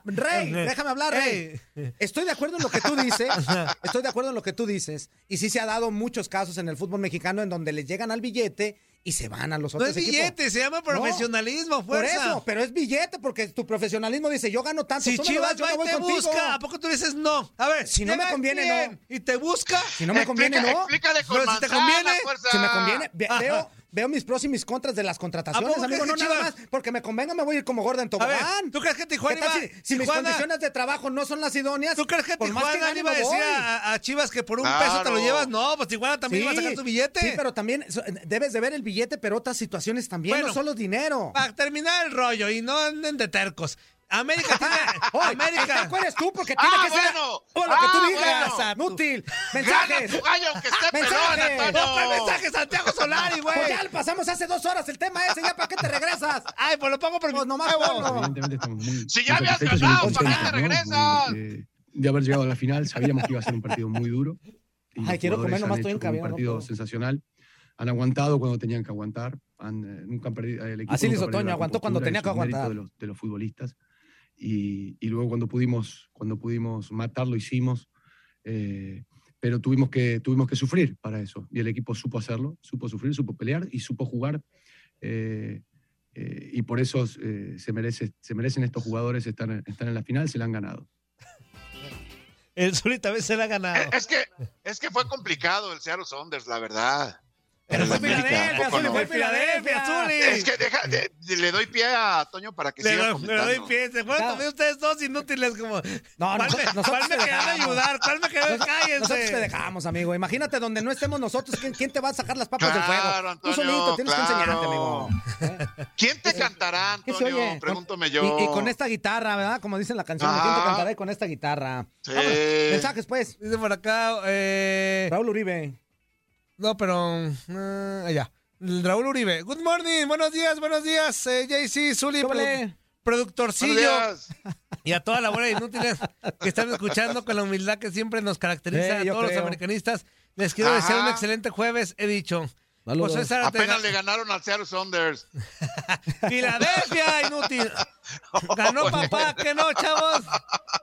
[SPEAKER 4] Rey,
[SPEAKER 14] Eh,
[SPEAKER 1] Eh,
[SPEAKER 4] déjame hablar, Rey. Estoy de acuerdo en lo que tú dices. Estoy de acuerdo en lo que tú dices. Y sí se ha dado muchos casos en el fútbol mexicano en donde les llegan al billete y se van a los
[SPEAKER 1] No
[SPEAKER 4] otros
[SPEAKER 1] es billete,
[SPEAKER 4] equipos.
[SPEAKER 1] se llama
[SPEAKER 4] No,
[SPEAKER 1] profesionalismo, fuerza.
[SPEAKER 4] Por eso, pero es billete porque tu profesionalismo dice, yo gano tanto.
[SPEAKER 1] Si
[SPEAKER 4] tú me lo
[SPEAKER 1] Chivas
[SPEAKER 4] das, yo
[SPEAKER 1] va
[SPEAKER 4] me
[SPEAKER 1] y
[SPEAKER 4] voy
[SPEAKER 1] te
[SPEAKER 4] contigo.
[SPEAKER 1] busca, ¿a poco tú dices no? A ver,
[SPEAKER 4] Si no
[SPEAKER 1] te
[SPEAKER 4] me
[SPEAKER 1] va
[SPEAKER 4] conviene,
[SPEAKER 1] bien Y te busca.
[SPEAKER 4] Si no me conviene, no.
[SPEAKER 3] Explícale con
[SPEAKER 1] Pero si te
[SPEAKER 3] manzana,
[SPEAKER 1] conviene,
[SPEAKER 3] fuerza.
[SPEAKER 4] Si me conviene, ve-
[SPEAKER 1] Ajá.
[SPEAKER 4] veo, veo mis pros y mis contras de las
[SPEAKER 1] ¿A
[SPEAKER 4] contrataciones,
[SPEAKER 1] poco
[SPEAKER 4] amigo.
[SPEAKER 1] crees
[SPEAKER 4] No
[SPEAKER 1] que
[SPEAKER 4] nada más,
[SPEAKER 1] Chivas-
[SPEAKER 4] porque me convenga me voy a ir como gorda en
[SPEAKER 1] A ver,
[SPEAKER 4] tobogán.
[SPEAKER 1] ¿tú crees que Tijuana
[SPEAKER 4] ¿Qué tal
[SPEAKER 1] iba-
[SPEAKER 4] si, si mis
[SPEAKER 1] Tijuana-
[SPEAKER 4] condiciones de trabajo no son las idóneas?
[SPEAKER 1] ¿Tú crees que
[SPEAKER 4] por más
[SPEAKER 1] Tijuana
[SPEAKER 4] gane,
[SPEAKER 1] le iba a
[SPEAKER 4] me
[SPEAKER 1] decir
[SPEAKER 4] voy?
[SPEAKER 1] a, a Chivas que por un
[SPEAKER 4] Claro.
[SPEAKER 1] peso te lo llevas? No, pues Tijuana también iba a sacar tu billete.
[SPEAKER 4] Sí, pero también so- debes de ver el billete, pero otras situaciones también,
[SPEAKER 1] Bueno.
[SPEAKER 4] no solo dinero.
[SPEAKER 1] Para terminar el rollo y no anden de tercos. América tiene.
[SPEAKER 4] Oye, el
[SPEAKER 1] América.
[SPEAKER 4] terco eres tú? Porque tiene
[SPEAKER 3] Ah,
[SPEAKER 4] que ser
[SPEAKER 3] bueno.
[SPEAKER 4] todo lo que tú
[SPEAKER 3] Ah,
[SPEAKER 4] digas.
[SPEAKER 3] bueno.
[SPEAKER 4] Inútil.
[SPEAKER 3] Gana tu
[SPEAKER 4] Mensajes.
[SPEAKER 3] gallo aunque esté pelón,
[SPEAKER 4] Mensajes.
[SPEAKER 1] ¡Otra
[SPEAKER 3] Antonio.
[SPEAKER 1] mensaje, Santiago Solari, güey!
[SPEAKER 4] Pues ya lo pasamos hace dos horas el tema ese, ya para qué te regresas.
[SPEAKER 1] Ay, pues lo pongo porque.
[SPEAKER 4] Pues nomás ponlo.
[SPEAKER 12] Evidentemente estamos muy,
[SPEAKER 3] Si ya
[SPEAKER 12] muy
[SPEAKER 3] habías
[SPEAKER 12] satisfechos y muy
[SPEAKER 3] ganado, ¿para qué te
[SPEAKER 12] contentos,
[SPEAKER 3] regresas?
[SPEAKER 12] ¿no? de, de haber llegado a la final, sabíamos que iba a ser un partido muy duro. Y los
[SPEAKER 4] Ay, quiero comer,
[SPEAKER 12] jugadores
[SPEAKER 4] nomás
[SPEAKER 12] han
[SPEAKER 4] estoy
[SPEAKER 12] hecho
[SPEAKER 4] encabronado,
[SPEAKER 12] un partido
[SPEAKER 4] no puedo.
[SPEAKER 12] sensacional. Han aguantado cuando tenían que aguantar. Han, eh, nunca han perdido, el equipo
[SPEAKER 4] Así lo
[SPEAKER 12] nunca
[SPEAKER 4] hizo
[SPEAKER 12] perdió
[SPEAKER 4] Toño,
[SPEAKER 12] la
[SPEAKER 4] aguantó cuando
[SPEAKER 12] compostura,
[SPEAKER 4] tenía
[SPEAKER 12] eso es
[SPEAKER 4] que
[SPEAKER 12] mérito
[SPEAKER 4] aguantar.
[SPEAKER 12] De los, de los futbolistas. Y, y luego cuando pudimos, cuando pudimos matar, lo hicimos. Eh, pero tuvimos que, tuvimos que sufrir para eso. Y el equipo supo hacerlo, supo sufrir, supo pelear y supo jugar. eh, eh, y por eso eh, se, merece, se merecen estos jugadores estar, en- estar en la final, se la han ganado.
[SPEAKER 1] El Zuli también se la ha ganado.
[SPEAKER 3] Es que, es que fue complicado el Seattle Saunders, la verdad.
[SPEAKER 1] Pero fue
[SPEAKER 3] El América,
[SPEAKER 1] Filadelfia,
[SPEAKER 3] tampoco
[SPEAKER 1] Zuli,
[SPEAKER 3] no.
[SPEAKER 1] fue Filadelfia, Zuli.
[SPEAKER 3] Es que deja- de- de- le doy pie a Toño para que
[SPEAKER 1] Le
[SPEAKER 3] siga
[SPEAKER 1] doy, le
[SPEAKER 3] comentando.
[SPEAKER 1] doy pie. ¿Se acuerdan también ustedes dos inútiles? Como,
[SPEAKER 4] No,
[SPEAKER 1] ¿Cuál
[SPEAKER 4] no,
[SPEAKER 1] me,
[SPEAKER 4] nosotros
[SPEAKER 1] cuál me
[SPEAKER 4] te
[SPEAKER 1] querían
[SPEAKER 4] dejamos.
[SPEAKER 1] ayudar? ¿Cuál me querían?
[SPEAKER 4] Nos- Nosotros te
[SPEAKER 1] ¡Cállense!
[SPEAKER 4] dejamos, amigo. Imagínate donde no estemos nosotros, ¿quién, quién te va a sacar las papas del fuego?
[SPEAKER 3] Claro,
[SPEAKER 4] Tú solito
[SPEAKER 3] Antonio,
[SPEAKER 4] tienes que enseñarte, amigo.
[SPEAKER 3] claro. ¿Quién te cantará,
[SPEAKER 4] ¿Qué se
[SPEAKER 3] Antonio?
[SPEAKER 4] oye?
[SPEAKER 3] Pregúntame
[SPEAKER 4] Con-
[SPEAKER 3] yo.
[SPEAKER 4] Y, y con esta guitarra, ¿verdad? Como dice en la canción,
[SPEAKER 3] Ajá.
[SPEAKER 4] ¿quién te cantará y con esta guitarra?
[SPEAKER 3] Sí.
[SPEAKER 4] Vámonos, mensajes, pues.
[SPEAKER 1] Dice por acá, eh,
[SPEAKER 4] Raúl Uribe.
[SPEAKER 1] no, pero eh, allá. Raúl Uribe. Good morning, buenos días, buenos días, eh, JC, Zuli,
[SPEAKER 4] Súbele.
[SPEAKER 1] produ- productorcillo.
[SPEAKER 3] Buenos días.
[SPEAKER 1] Y a toda la bola de inútiles que están escuchando con la humildad que siempre nos caracteriza
[SPEAKER 4] Eh,
[SPEAKER 1] a
[SPEAKER 4] yo
[SPEAKER 1] todos los
[SPEAKER 4] creo.
[SPEAKER 1] americanistas. Les quiero
[SPEAKER 3] Ajá.
[SPEAKER 1] desear un excelente jueves, he dicho.
[SPEAKER 4] Saludos.
[SPEAKER 1] José Zárate,
[SPEAKER 3] Apenas le ganaron al Seattle Saunders.
[SPEAKER 1] Filadelfia, inútil. Ganó papá, que no, chavos.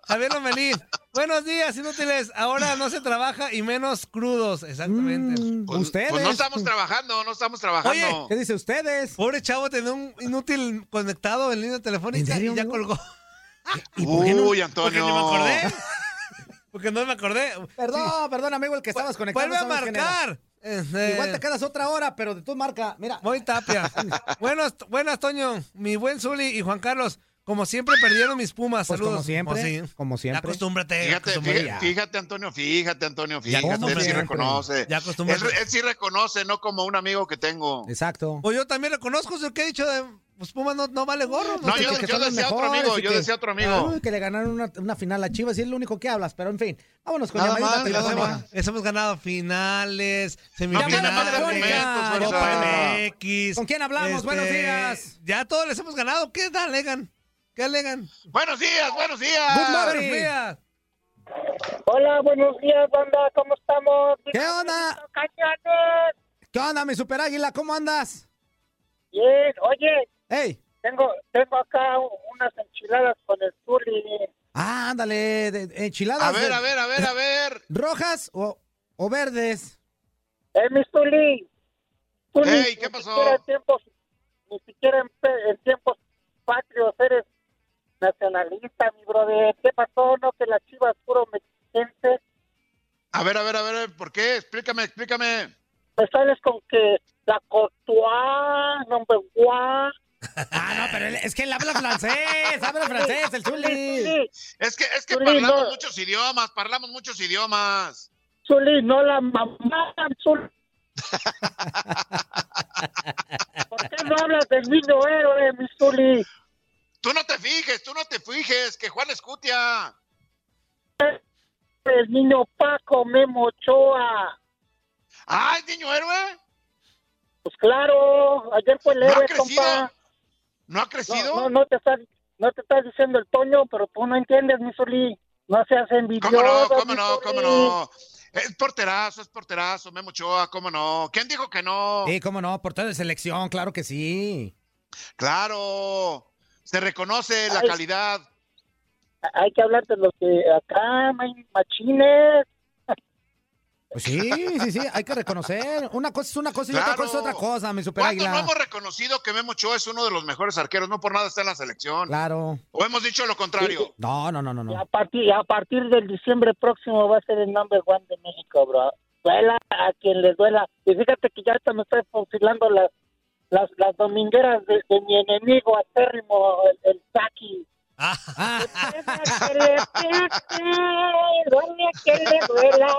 [SPEAKER 1] Javier Lomelín. Buenos días, inútiles. Ahora no se trabaja y menos crudos. Exactamente.
[SPEAKER 3] Pues-
[SPEAKER 4] Ustedes.
[SPEAKER 3] Pues no estamos trabajando, no estamos trabajando.
[SPEAKER 4] ¿Qué dice ustedes?
[SPEAKER 1] Pobre chavo, tenía un inútil conectado en línea telefónica
[SPEAKER 4] ¿En serio,
[SPEAKER 1] y ya
[SPEAKER 4] amigo?
[SPEAKER 1] colgó.
[SPEAKER 3] Uy,
[SPEAKER 1] Porque
[SPEAKER 3] Antonio.
[SPEAKER 1] ni me acordé. Porque no me acordé.
[SPEAKER 4] Perdón, perdón, amigo, el que estabas conectado.
[SPEAKER 1] Vuelve a
[SPEAKER 4] sabemos quién era.
[SPEAKER 1] marcar. Eh, eh,
[SPEAKER 4] Igual te quedas otra hora, pero de tu marca, mira.
[SPEAKER 1] Voy Tapia. buenas, buenas, Toño. Mi buen Zuli y Juan Carlos. Como siempre, perdieron mis pumas.
[SPEAKER 4] Pues
[SPEAKER 1] Saludos.
[SPEAKER 4] como siempre,
[SPEAKER 1] Pues sí.
[SPEAKER 4] como
[SPEAKER 1] Ya
[SPEAKER 4] siempre.
[SPEAKER 1] acostúmbrate.
[SPEAKER 3] Fíjate,
[SPEAKER 1] acostúmbrate.
[SPEAKER 3] fíjate, fíjate, Antonio, fíjate, Antonio, fíjate. Él
[SPEAKER 1] acostúmbrate.
[SPEAKER 3] sí reconoce.
[SPEAKER 1] Ya
[SPEAKER 3] Él,
[SPEAKER 1] acostúmbrate.
[SPEAKER 3] él sí reconoce, no como un amigo que tengo.
[SPEAKER 4] Exacto.
[SPEAKER 1] Pues yo también reconozco lo que he dicho de. Pues Pumas no, no vale gorro.
[SPEAKER 3] No,
[SPEAKER 1] sé
[SPEAKER 3] yo-
[SPEAKER 1] lo que-
[SPEAKER 4] son los
[SPEAKER 3] decía otro
[SPEAKER 4] mejores
[SPEAKER 3] amigo,
[SPEAKER 4] y
[SPEAKER 3] yo
[SPEAKER 4] que-
[SPEAKER 3] decía otro amigo.
[SPEAKER 4] Ay, que le ganaron una, una final a Chivas y es lo único que hablas, pero en fin. Vámonos con
[SPEAKER 3] Nada
[SPEAKER 4] llamadita
[SPEAKER 3] más, nada
[SPEAKER 4] telefónica.
[SPEAKER 3] más.
[SPEAKER 1] Les hemos ganado finales,
[SPEAKER 3] No tiene más
[SPEAKER 1] semifinales,
[SPEAKER 3] argumentos,
[SPEAKER 1] Copa
[SPEAKER 3] fuerza.
[SPEAKER 1] MX.
[SPEAKER 4] ¿Con quién hablamos? Buenos días.
[SPEAKER 1] Este, Ya todos les hemos ganado. oh, ¿Qué alegan? ¿Qué alegan?
[SPEAKER 3] Buenos días, buenos días.
[SPEAKER 4] Good morning.
[SPEAKER 1] Buenos días.
[SPEAKER 15] Hola, buenos días, banda. ¿Cómo estamos?
[SPEAKER 4] ¿Qué onda?
[SPEAKER 15] Cañones.
[SPEAKER 4] ¿Qué onda, mi super águila? ¿Cómo andas?
[SPEAKER 15] Bien, oye,
[SPEAKER 4] ¡Ey!
[SPEAKER 15] tengo, tengo acá unas enchiladas con el Zuli.
[SPEAKER 4] Ah, ándale, de- de- enchiladas.
[SPEAKER 3] A ver,
[SPEAKER 4] de-
[SPEAKER 3] a ver, a ver, a ver.
[SPEAKER 4] ¿Rojas o, o verdes?
[SPEAKER 15] Eh, mi Zuli. Zuli,
[SPEAKER 3] Ey,
[SPEAKER 15] ni
[SPEAKER 3] ¿qué pasó?
[SPEAKER 15] siquiera en tiempos- ni siquiera en, pe- en tiempos patrios eres nacionalista, mi brother. ¿Qué pasó? No, que las chivas puro mexicense.
[SPEAKER 3] A ver, a ver, a ver, ¿por qué? Explícame, explícame.
[SPEAKER 15] Me sales con que la Cotua, number one.
[SPEAKER 4] Ah, no, pero él- es que él habla francés, habla francés, el Chuli.
[SPEAKER 15] Zuli,
[SPEAKER 3] Es que, es que
[SPEAKER 15] Zuli,
[SPEAKER 3] parlamos
[SPEAKER 15] no.
[SPEAKER 3] muchos idiomas, parlamos muchos idiomas.
[SPEAKER 15] Zuli, no la mamá, Zuli. ¿Por qué no hablas del niño héroe, mi Zuli?
[SPEAKER 3] Tú no te fijes, tú no te fijes, que Juan Escutia.
[SPEAKER 15] El niño Paco Memo Ochoa.
[SPEAKER 3] ¡Ah, es niño héroe!
[SPEAKER 15] Pues claro, ayer fue el
[SPEAKER 3] ¿No ha
[SPEAKER 15] héroe,
[SPEAKER 3] crecido?
[SPEAKER 15] compa.
[SPEAKER 3] ¿No ha crecido?
[SPEAKER 15] No, no, no te estás, no te estás diciendo el Toño, pero tú no entiendes, mi Zuli. No seas envidioso. mi
[SPEAKER 3] ¿Cómo no? ¿Cómo no? ¿Cómo
[SPEAKER 15] Zuli.
[SPEAKER 3] no? Es porterazo, es porterazo, Memo Ochoa, ¿cómo no? ¿Quién dijo que no?
[SPEAKER 1] Sí, cómo no, portero de selección, claro que sí.
[SPEAKER 3] Claro, se reconoce la
[SPEAKER 15] Ay.
[SPEAKER 3] calidad.
[SPEAKER 15] Hay que hablar de lo que acá, no hay machines.
[SPEAKER 1] Pues sí, sí, sí, hay que reconocer. Una cosa es una cosa y otra
[SPEAKER 3] Claro.
[SPEAKER 1] cosa es otra cosa, mi super
[SPEAKER 3] ¿Cuándo no
[SPEAKER 1] águila.
[SPEAKER 3] hemos reconocido que Memo Ochoa es uno de los mejores arqueros? No por nada está en la selección.
[SPEAKER 1] Claro.
[SPEAKER 3] ¿O hemos dicho lo contrario?
[SPEAKER 1] No, no, no, no,
[SPEAKER 15] Y
[SPEAKER 1] no.
[SPEAKER 15] a, partir, a partir del diciembre próximo va a ser el number one de México, bro. Duela a quien le duela. Y fíjate que ya hasta me estoy fusilando las, las, las domingueras de, de mi enemigo acérrimo, el, el Saki.
[SPEAKER 1] Ah.
[SPEAKER 15] Que le pese, duele a quien le duela.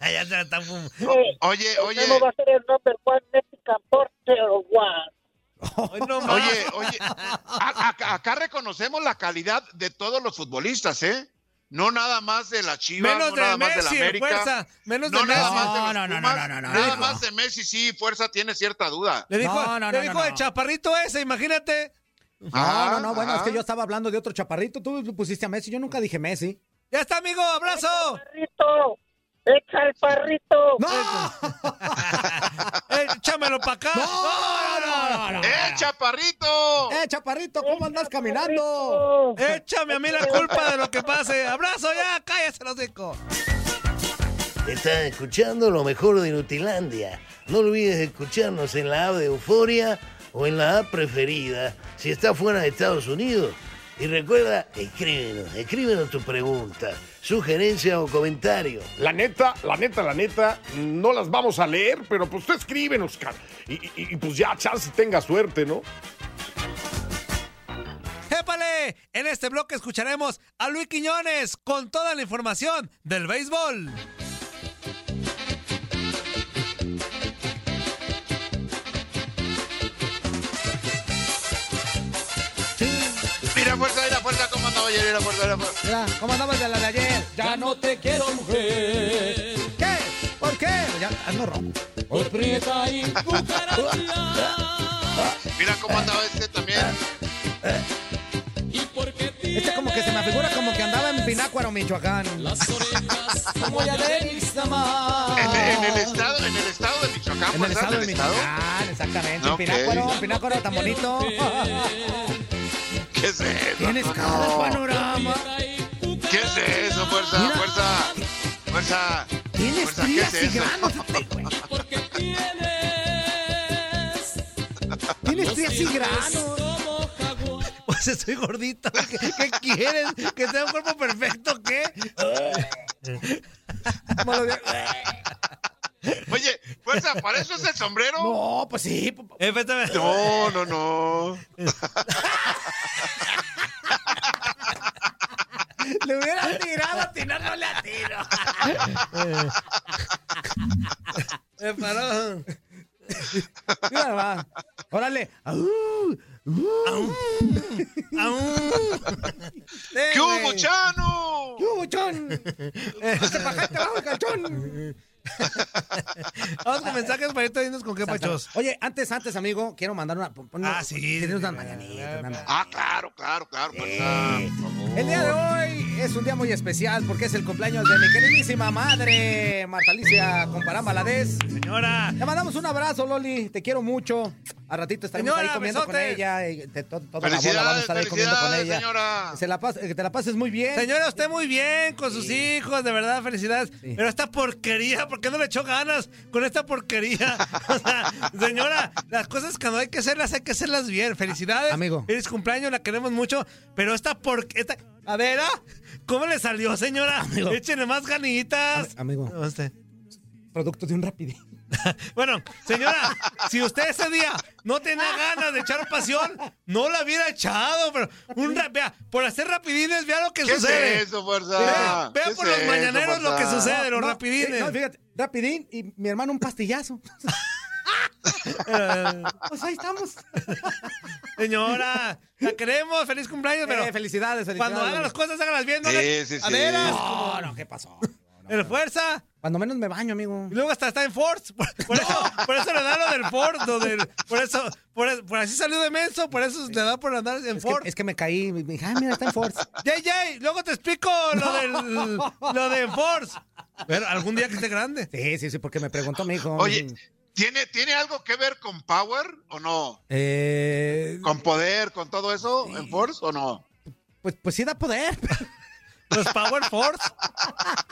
[SPEAKER 2] ya te la están fum-
[SPEAKER 3] Oye,
[SPEAKER 15] oye. va a ser el number one Mexican porter one.
[SPEAKER 3] Oye, oye, a- a- acá reconocemos la calidad de todos los futbolistas, ¿eh? No nada más de la Chivas,
[SPEAKER 2] Menos
[SPEAKER 3] no
[SPEAKER 2] de
[SPEAKER 3] nada más
[SPEAKER 2] Messi,
[SPEAKER 3] de la América.
[SPEAKER 2] fuerza. Menos
[SPEAKER 3] no
[SPEAKER 2] de
[SPEAKER 3] nada
[SPEAKER 2] Messi.
[SPEAKER 3] más de
[SPEAKER 2] No,
[SPEAKER 3] los
[SPEAKER 2] no, no,
[SPEAKER 3] Pumas,
[SPEAKER 2] no, no, no,
[SPEAKER 3] Nada
[SPEAKER 2] no.
[SPEAKER 3] más de Messi, sí, fuerza tiene cierta duda.
[SPEAKER 2] Le dijo,
[SPEAKER 1] No, no,
[SPEAKER 2] le
[SPEAKER 1] no,
[SPEAKER 2] dijo
[SPEAKER 1] no,
[SPEAKER 2] el
[SPEAKER 1] no.
[SPEAKER 2] chaparrito ese, imagínate.
[SPEAKER 1] No, no, no, bueno,
[SPEAKER 3] Ah,
[SPEAKER 1] es que yo estaba hablando de otro chaparrito. Tú pusiste a Messi, yo nunca dije Messi.
[SPEAKER 2] Ya está, amigo, abrazo.
[SPEAKER 15] Parrito, echa el parrito.
[SPEAKER 2] Échamelo para acá.
[SPEAKER 1] No, no, no, no, no.
[SPEAKER 3] ¡Eh, chaparrito!
[SPEAKER 1] Ah. ¡Eh, chaparrito, cómo andas caminando!
[SPEAKER 15] Oh,
[SPEAKER 2] Échame a mí la culpa de lo que pase. Abrazo ya, cállese los hocico.
[SPEAKER 5] Estás escuchando lo mejor de Nutilandia. No olvides escucharnos en la app de Euforia o en la app preferida si estás fuera de Estados Unidos. Y recuerda, escríbenos, escríbenos tu pregunta, sugerencia o comentario.
[SPEAKER 10] La neta, la neta, la neta, no las vamos a leer, pero pues tú escríbenos, cara. Y, y- y pues ya, chance tenga suerte, ¿no?
[SPEAKER 2] ¡Épale! En este bloque escucharemos a Luis Quiñones con toda la información del béisbol.
[SPEAKER 3] Mira, fuerza, mira, fuerza, cómo andaba ayer, mira, fuerza, mira, fuerza.
[SPEAKER 1] Mira, ¿cómo andabas de la de ayer? Ya no te quiero, mujer. ¿Qué? ¿Por qué? Ya, ando rojo.
[SPEAKER 3] Pues
[SPEAKER 1] Por prieta y
[SPEAKER 3] Mira cómo andaba este también.
[SPEAKER 1] ¿Eh? Este como que se me figura como que andaba en Pinácuaro, Michoacán. Como ya de Ixtama.
[SPEAKER 3] En, en el estado, en el estado de Michoacán,
[SPEAKER 1] Ah. En el
[SPEAKER 3] fuerza,
[SPEAKER 1] estado de
[SPEAKER 3] en el estado.
[SPEAKER 1] Michoacán, exactamente.
[SPEAKER 3] Ok.
[SPEAKER 1] En Pinácuaro, en Pinácuaro tan bonito.
[SPEAKER 3] ¿Qué es eso?
[SPEAKER 1] Tienes cada panorama.
[SPEAKER 3] ¿Qué es eso, fuerza, fuerza? Fuerza.
[SPEAKER 1] Tienes
[SPEAKER 3] fuerza, ¿qué es
[SPEAKER 1] frías y
[SPEAKER 3] eso?
[SPEAKER 1] granos. Tienes frías y granos.
[SPEAKER 2] Pues estoy gordito. ¿Qué, qué quieres? ¿Que tenga un cuerpo perfecto o qué?
[SPEAKER 1] Como lo de-
[SPEAKER 3] Oye, fuerza, ¿para eso es el sombrero?
[SPEAKER 1] ¿eh? No, pues sí. pu-
[SPEAKER 2] Eh, espérame.
[SPEAKER 3] No, no, no.
[SPEAKER 1] Le hubiera tirado, atinar no le atino.
[SPEAKER 2] Eh, paró.
[SPEAKER 1] Mira nomás. Órale. Au, uh. au.
[SPEAKER 2] Aún. Eh,
[SPEAKER 3] ¡Qué hubo,
[SPEAKER 2] güey.
[SPEAKER 3] Chano!
[SPEAKER 1] ¡Yo, bochón! ¡Se bajaste abajo, cachón!
[SPEAKER 2] Vamos con mensajes para irte viendo con qué pachos.
[SPEAKER 1] Oye, antes, antes, amigo, quiero mandar una. pon- pon-
[SPEAKER 2] Ah, sí.
[SPEAKER 1] Tenemos unas mañanitas. una-
[SPEAKER 3] Ah, claro, claro, claro, fuerza. por favor.
[SPEAKER 1] El día de hoy es un día muy especial porque es el cumpleaños de mi queridísima madre, Marta Alicia Comparán Valadez.
[SPEAKER 2] Señora.
[SPEAKER 1] Le mandamos un abrazo, Loli. Te quiero mucho. A ratito estaremos
[SPEAKER 2] Señora,
[SPEAKER 1] ahí comiendo con
[SPEAKER 2] besotes.
[SPEAKER 1] ella. y te- to- toda la bola vamos a
[SPEAKER 3] Felicidades,
[SPEAKER 1] estar ahí comiendo con
[SPEAKER 3] felicidades,
[SPEAKER 1] ella.
[SPEAKER 3] señora.
[SPEAKER 1] Se la pas- que te la pases muy bien.
[SPEAKER 2] Señora, usted muy bien con sus hijos, de verdad, felicidades. Pero esta porquería, ¿por qué no le echó ganas con esta porquería? O sea, señora, las cosas cuando hay que hacerlas, hay que hacerlas bien. Felicidades.
[SPEAKER 1] Ah, Amigo.
[SPEAKER 2] Feliz cumpleaños, la queremos mucho. Pero esta por esta. A ver, ¿ah? ¿cómo le salió, señora?
[SPEAKER 1] Amigo.
[SPEAKER 2] Échenle más ganitas.
[SPEAKER 1] Amigo,
[SPEAKER 2] Usted.
[SPEAKER 1] producto de un rapidez.
[SPEAKER 2] Bueno, señora, si usted ese día no tenía
[SPEAKER 1] Ah.
[SPEAKER 2] ganas de echar pasión, no la hubiera echado, pero un ra- vea, por hacer rapidines, vea lo que
[SPEAKER 3] ¿Qué es
[SPEAKER 2] sucede.
[SPEAKER 3] eso, fuerza?
[SPEAKER 2] Vea, vea
[SPEAKER 3] ¿Qué es
[SPEAKER 2] por los
[SPEAKER 3] eso,
[SPEAKER 2] mañaneros lo que
[SPEAKER 3] fuerza?
[SPEAKER 2] sucede, los
[SPEAKER 1] No,
[SPEAKER 2] rapidines.
[SPEAKER 1] eh, No, fíjate, rapidín y mi hermano un pastillazo. pues ahí estamos.
[SPEAKER 2] Señora, la queremos, feliz cumpleaños, pero
[SPEAKER 1] Eh, felicidades, felicidades.
[SPEAKER 2] cuando hagan las cosas, háganlas bien, no hagan-
[SPEAKER 3] Sí, sí,
[SPEAKER 2] a
[SPEAKER 3] sí.
[SPEAKER 2] veras,
[SPEAKER 1] No, no, ¿qué pasó?
[SPEAKER 2] el fuerza,
[SPEAKER 1] Cuando menos me baño, amigo.
[SPEAKER 2] Y luego hasta está en Ford. Por, por eso, por eso le da lo del Ford. lo del- por eso, por, por así salió de menso, por eso le da por andar en Ford.
[SPEAKER 1] Es que me caí. Me dije, ah, mira, está en Ford.
[SPEAKER 2] JJ, luego te explico lo del lo de Force. Pero algún día que esté grande.
[SPEAKER 1] Sí, sí, sí, porque me preguntó mi hijo.
[SPEAKER 3] Oye, ¿tiene, ¿tiene algo que ver con Power o no?
[SPEAKER 1] Eh,
[SPEAKER 3] ¿Con poder, con todo eso en Force o no?
[SPEAKER 1] pues, pues sí da poder.
[SPEAKER 2] Pues Power Force.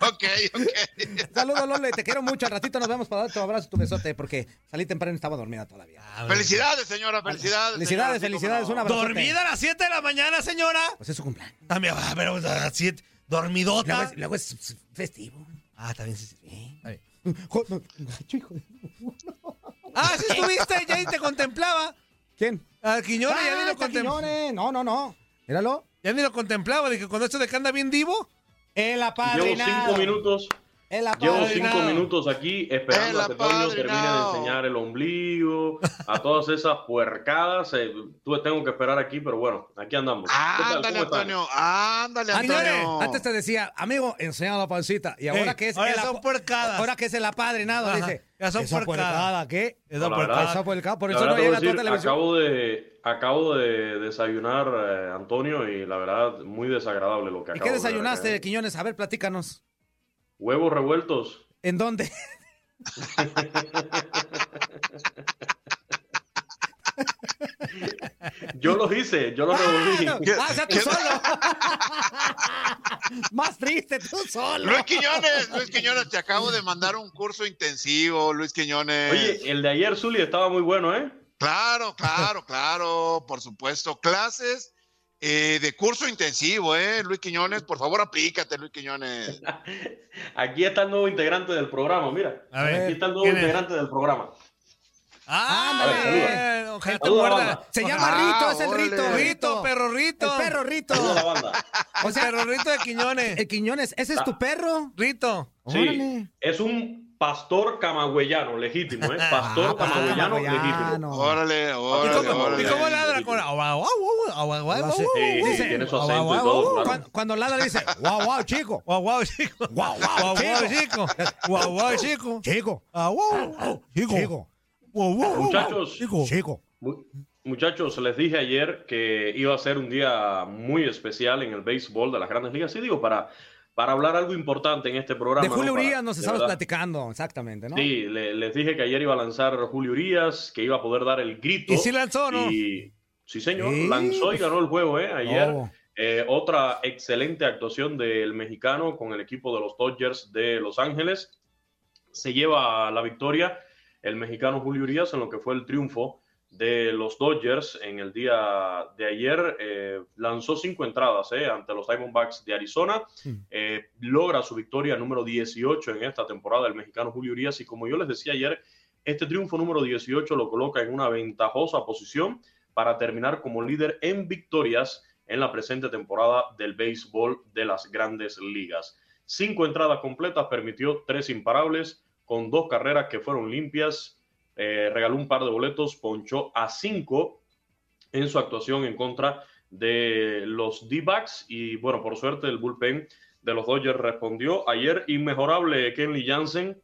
[SPEAKER 3] Ok, ok.
[SPEAKER 1] Saludos, Lole. Te quiero mucho. Al ratito nos vemos para darte un abrazo, tu besote, porque salí temprano y estaba dormida todavía.
[SPEAKER 2] Ah,
[SPEAKER 3] Felicidades, señora, felicidades.
[SPEAKER 1] Felicidades,
[SPEAKER 3] señora, sí,
[SPEAKER 1] felicidades.
[SPEAKER 3] cómo
[SPEAKER 1] Un
[SPEAKER 3] no.
[SPEAKER 1] abrazo.
[SPEAKER 2] Dormida a las 7 de la mañana, señora.
[SPEAKER 1] Pues es su cumpleaños.
[SPEAKER 2] También, ah, pero a las 7. Dormidota.
[SPEAKER 1] Luego es, luego es festivo.
[SPEAKER 2] Ah, también sí. sí. Está bien.
[SPEAKER 1] Jo- no, gacho, hijo de-
[SPEAKER 2] Ah, sí estuviste, ya te contemplaba.
[SPEAKER 1] ¿Quién?
[SPEAKER 2] A Quiñones, ya ni
[SPEAKER 1] Ah,
[SPEAKER 2] lo
[SPEAKER 1] está
[SPEAKER 2] contemplaba.
[SPEAKER 1] Quiñones. No, no, no. Míralo.
[SPEAKER 2] Ya ni lo contemplaba, dije, con esto de que anda bien divo.
[SPEAKER 1] El
[SPEAKER 16] Llevo cinco minutos.
[SPEAKER 1] El
[SPEAKER 16] Llevo
[SPEAKER 1] apadrinado.
[SPEAKER 16] cinco minutos aquí esperando a que Toño termine de enseñar el ombligo, a todas esas puercadas. eh, tú tengo que esperar aquí, pero bueno, aquí andamos. ¿Qué tal?
[SPEAKER 3] Ah, Ándale,
[SPEAKER 16] ¿Cómo están?
[SPEAKER 3] Antonio, ándale,
[SPEAKER 1] Señores,
[SPEAKER 3] Antonio.
[SPEAKER 1] antes te decía, amigo, enseña la pancita. Y ahora
[SPEAKER 2] Ey,
[SPEAKER 1] que es
[SPEAKER 2] ahora
[SPEAKER 1] el
[SPEAKER 2] son
[SPEAKER 1] apa-
[SPEAKER 2] puercadas.
[SPEAKER 1] Ahora que es el apadrinado,
[SPEAKER 2] Ajá,
[SPEAKER 1] dice.
[SPEAKER 2] ya son
[SPEAKER 1] esa
[SPEAKER 2] puercadas.
[SPEAKER 1] puercada, ¿qué?
[SPEAKER 2] Esa
[SPEAKER 16] La
[SPEAKER 2] puercada.
[SPEAKER 16] verdad-
[SPEAKER 1] Esa puercada, por
[SPEAKER 16] la
[SPEAKER 1] eso no
[SPEAKER 16] verdad te voy
[SPEAKER 1] llega
[SPEAKER 16] a
[SPEAKER 1] a toda
[SPEAKER 16] decir,
[SPEAKER 1] televisión.
[SPEAKER 16] Acabo de, acabo de desayunar, eh, Antonio, y la verdad, muy desagradable lo que
[SPEAKER 1] ¿Y
[SPEAKER 16] acabo
[SPEAKER 1] qué
[SPEAKER 16] de ver acá,
[SPEAKER 1] desayunaste,
[SPEAKER 16] eh.
[SPEAKER 1] Quiñones? A ver, platícanos.
[SPEAKER 16] Huevos revueltos.
[SPEAKER 1] ¿En dónde?
[SPEAKER 16] Yo los hice, yo los revolví.
[SPEAKER 1] Ah, no. Ah, o sea, tú solo. Más triste, tú solo.
[SPEAKER 3] Luis Quiñones, Luis Quiñones, te acabo de mandar un curso intensivo, Luis Quiñones.
[SPEAKER 16] Oye, el de ayer, Zuli, estaba muy bueno, ¿eh?
[SPEAKER 3] Claro, claro, claro, por supuesto. Clases eh, de curso intensivo, ¿eh? Luis Quiñones, por favor, aplícate, Luis Quiñones.
[SPEAKER 16] Aquí está el nuevo integrante del programa, mira.
[SPEAKER 2] A ver,
[SPEAKER 16] Aquí está el nuevo
[SPEAKER 2] ¿quién es?
[SPEAKER 16] integrante del programa.
[SPEAKER 2] Ah,
[SPEAKER 16] A ver,
[SPEAKER 2] eh, ojalá te
[SPEAKER 16] Saluda,
[SPEAKER 2] muerda.
[SPEAKER 16] banda.
[SPEAKER 1] Se llama Rito, es el Ah, Rito.
[SPEAKER 2] Rito, perro Rito.
[SPEAKER 1] El perro Rito.
[SPEAKER 16] Saluda a la banda. Ah.
[SPEAKER 1] O sea,
[SPEAKER 2] perro Rito de Quiñones.
[SPEAKER 1] el Quiñones, ese es tu perro.
[SPEAKER 2] Rito.
[SPEAKER 16] Sí, es un pastor camagüeyano legítimo, ¿eh?
[SPEAKER 1] Ah,
[SPEAKER 16] Pastor
[SPEAKER 1] pastor
[SPEAKER 16] camagüeyano legítimo.
[SPEAKER 1] camagüeyano.
[SPEAKER 3] Órale,
[SPEAKER 2] ¿Y
[SPEAKER 3] órale,
[SPEAKER 2] cómo, y
[SPEAKER 3] órale.
[SPEAKER 2] cómo ladra con agua, agua, agua, agua, agua, agua?
[SPEAKER 16] Sí, sí,
[SPEAKER 1] Dice,
[SPEAKER 16] tiene su
[SPEAKER 1] guau,
[SPEAKER 16] acento y
[SPEAKER 1] guau,
[SPEAKER 16] todo,
[SPEAKER 1] guau.
[SPEAKER 16] claro.
[SPEAKER 1] Cuando, cuando Lala dice, guau, guau, chico.
[SPEAKER 2] Guau, guau, chico.
[SPEAKER 1] Guau,
[SPEAKER 2] Guau,
[SPEAKER 1] guau,
[SPEAKER 2] guau,
[SPEAKER 1] chico.
[SPEAKER 2] chico. Guau, guau, chico.
[SPEAKER 1] Chico,
[SPEAKER 2] Ah, guau, guau, chico. Guau,
[SPEAKER 1] chico,
[SPEAKER 2] guau, guau,
[SPEAKER 16] Muchachos.
[SPEAKER 2] chico.
[SPEAKER 1] chico.
[SPEAKER 16] Mu- Muchachos, les dije ayer que iba a ser un día muy especial en el béisbol de las grandes ligas. Y digo, para, para hablar algo importante en este programa.
[SPEAKER 1] De Julio
[SPEAKER 16] ¿no? Para-
[SPEAKER 1] Urias nos
[SPEAKER 16] de
[SPEAKER 1] estamos
[SPEAKER 16] verdad.
[SPEAKER 1] platicando, exactamente, ¿no?
[SPEAKER 16] Sí, le- les dije que ayer iba a lanzar Julio Urias, que iba a poder dar el grito.
[SPEAKER 2] ¿Y sí lanzó o no?
[SPEAKER 16] Y- sí, señor,
[SPEAKER 1] Sí.
[SPEAKER 16] lanzó y ganó el juego, ¿eh? Ayer.
[SPEAKER 1] No.
[SPEAKER 16] Eh, otra excelente actuación del mexicano con el equipo de los Dodgers de Los Ángeles. Se lleva la victoria el mexicano Julio Urias en lo que fue el triunfo de los Dodgers en el día de ayer. Eh, lanzó cinco entradas eh, ante los Diamondbacks de Arizona. Eh, logra su victoria número 18 en esta temporada el mexicano Julio Urias. Y como yo les decía ayer, este triunfo número 18 lo coloca en una ventajosa posición para terminar como líder en victorias en la presente temporada del béisbol de las grandes ligas. Cinco entradas completas, permitió tres imparables, con dos carreras que fueron limpias, eh, regaló un par de boletos, ponchó a cinco en su actuación en contra de los D-backs y bueno, por suerte el bullpen de los Dodgers respondió. Ayer inmejorable Kenley Jansen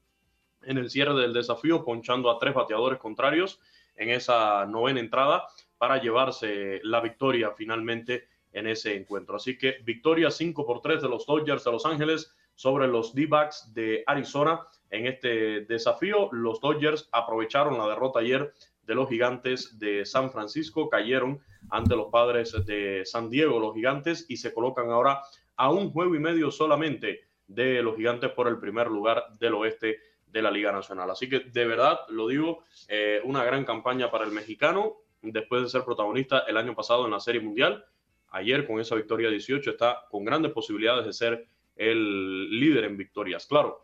[SPEAKER 16] en el cierre del desafío, ponchando a tres bateadores contrarios en esa novena entrada para llevarse la victoria finalmente en ese encuentro. Así que victoria 5 por 3 de los Dodgers de Los Ángeles sobre los D-backs de Arizona en este desafío. Los Dodgers aprovecharon la derrota ayer de los gigantes de San Francisco, cayeron ante los padres de San Diego, los gigantes, y se colocan ahora a un juego y medio solamente de los gigantes por el primer lugar del oeste de la Liga Nacional. Así que de verdad, lo digo, eh, una gran campaña para el mexicano, después de ser protagonista el año pasado en la Serie Mundial. Ayer con esa victoria 18 está con grandes posibilidades de ser el líder en victorias. Claro,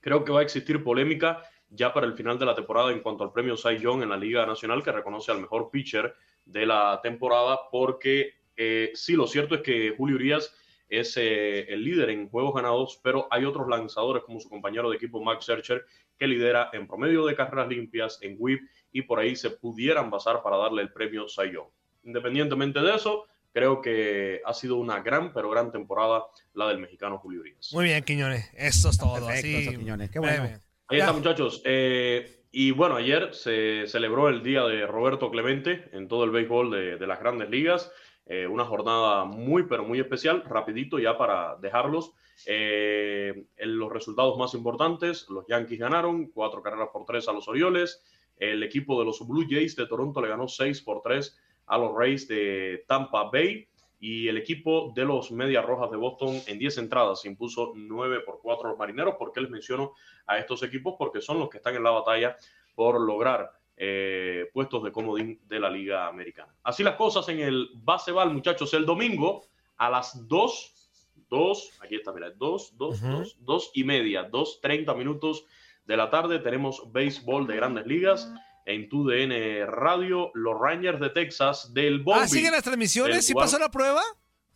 [SPEAKER 16] creo que va a existir polémica ya para el final de la temporada en cuanto al premio Cy Young en la Liga Nacional que reconoce al mejor pitcher de la temporada porque eh, sí, lo cierto es que Julio Urias es eh, el líder en juegos ganados, pero hay otros lanzadores como su compañero de equipo Max Scherzer que lidera en promedio de carreras limpias, en whip y por ahí se pudieran basar para darle el premio Cy Young. Independientemente de eso, Creo que ha sido una gran, pero gran temporada la del mexicano Julio Urias.
[SPEAKER 2] Muy bien, Quiñones. Eso es todo.
[SPEAKER 1] perfecto,
[SPEAKER 2] así,
[SPEAKER 1] eso, Quiñones. Qué bueno.
[SPEAKER 2] breve.
[SPEAKER 16] Ahí está, muchachos. Eh, y bueno, ayer se celebró el día de Roberto Clemente en todo el béisbol de, de las grandes ligas. Eh, una jornada muy, pero muy especial. Rapidito ya para dejarlos. Eh, en los resultados más importantes, los Yankees ganaron cuatro carreras por tres a los Orioles. El equipo de los Blue Jays de Toronto le ganó seis por tres a los Rays de Tampa Bay. Y el equipo de los Medias Rojas de Boston en 10 entradas se impuso 9 por 4 a los Marineros. ¿Por qué les menciono a estos equipos? Porque son los que están en la batalla por lograr eh, puestos de comodín de la Liga Americana. Así las cosas en el baseball, muchachos. El domingo a las 2, 2, aquí está, mira, 2, 2,
[SPEAKER 17] Ujú.
[SPEAKER 16] 2, 2 y media, 2, 30 minutos de la tarde tenemos béisbol de grandes ligas. En tu DN Radio, los Rangers de Texas del Bombi.
[SPEAKER 2] Ah, siguen las transmisiones.
[SPEAKER 16] del
[SPEAKER 2] ¿Sí
[SPEAKER 16] cubano-
[SPEAKER 2] pasó la prueba?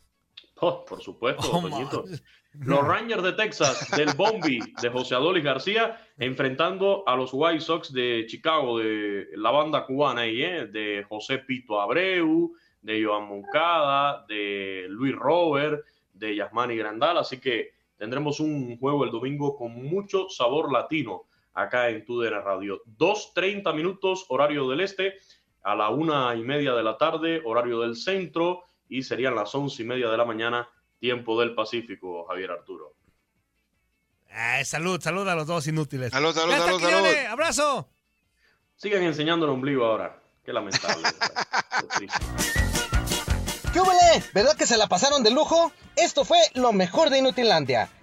[SPEAKER 16] Oh, por supuesto, Toñito. Los Rangers de Texas, del Bombi, de José Adolis García, enfrentando a los White Sox de Chicago, de la banda cubana ahí, ¿eh? de José Pito Abreu, de Joan Moncada, de Luis Robert, de Yasmani Grandal. Así que tendremos un juego el domingo con mucho sabor latino acá en Tudera Radio. 2.30 minutos, horario del este, a la una y media de la tarde, horario del centro, y serían las once y media de la mañana, tiempo del Pacífico, Javier Arturo.
[SPEAKER 2] Ay, Eh, salud, salud a los dos inútiles.
[SPEAKER 16] Salud, salud,
[SPEAKER 2] Ya está,
[SPEAKER 16] salud,
[SPEAKER 2] Quiñones,
[SPEAKER 16] salud.
[SPEAKER 2] abrazo.
[SPEAKER 16] Sigan enseñando el ombligo ahora. Qué lamentable. Qué triste.
[SPEAKER 18] ¿Qué hubole? ¿Verdad que se la pasaron de lujo? Esto fue lo mejor de Inutilandia.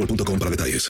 [SPEAKER 14] para detalles.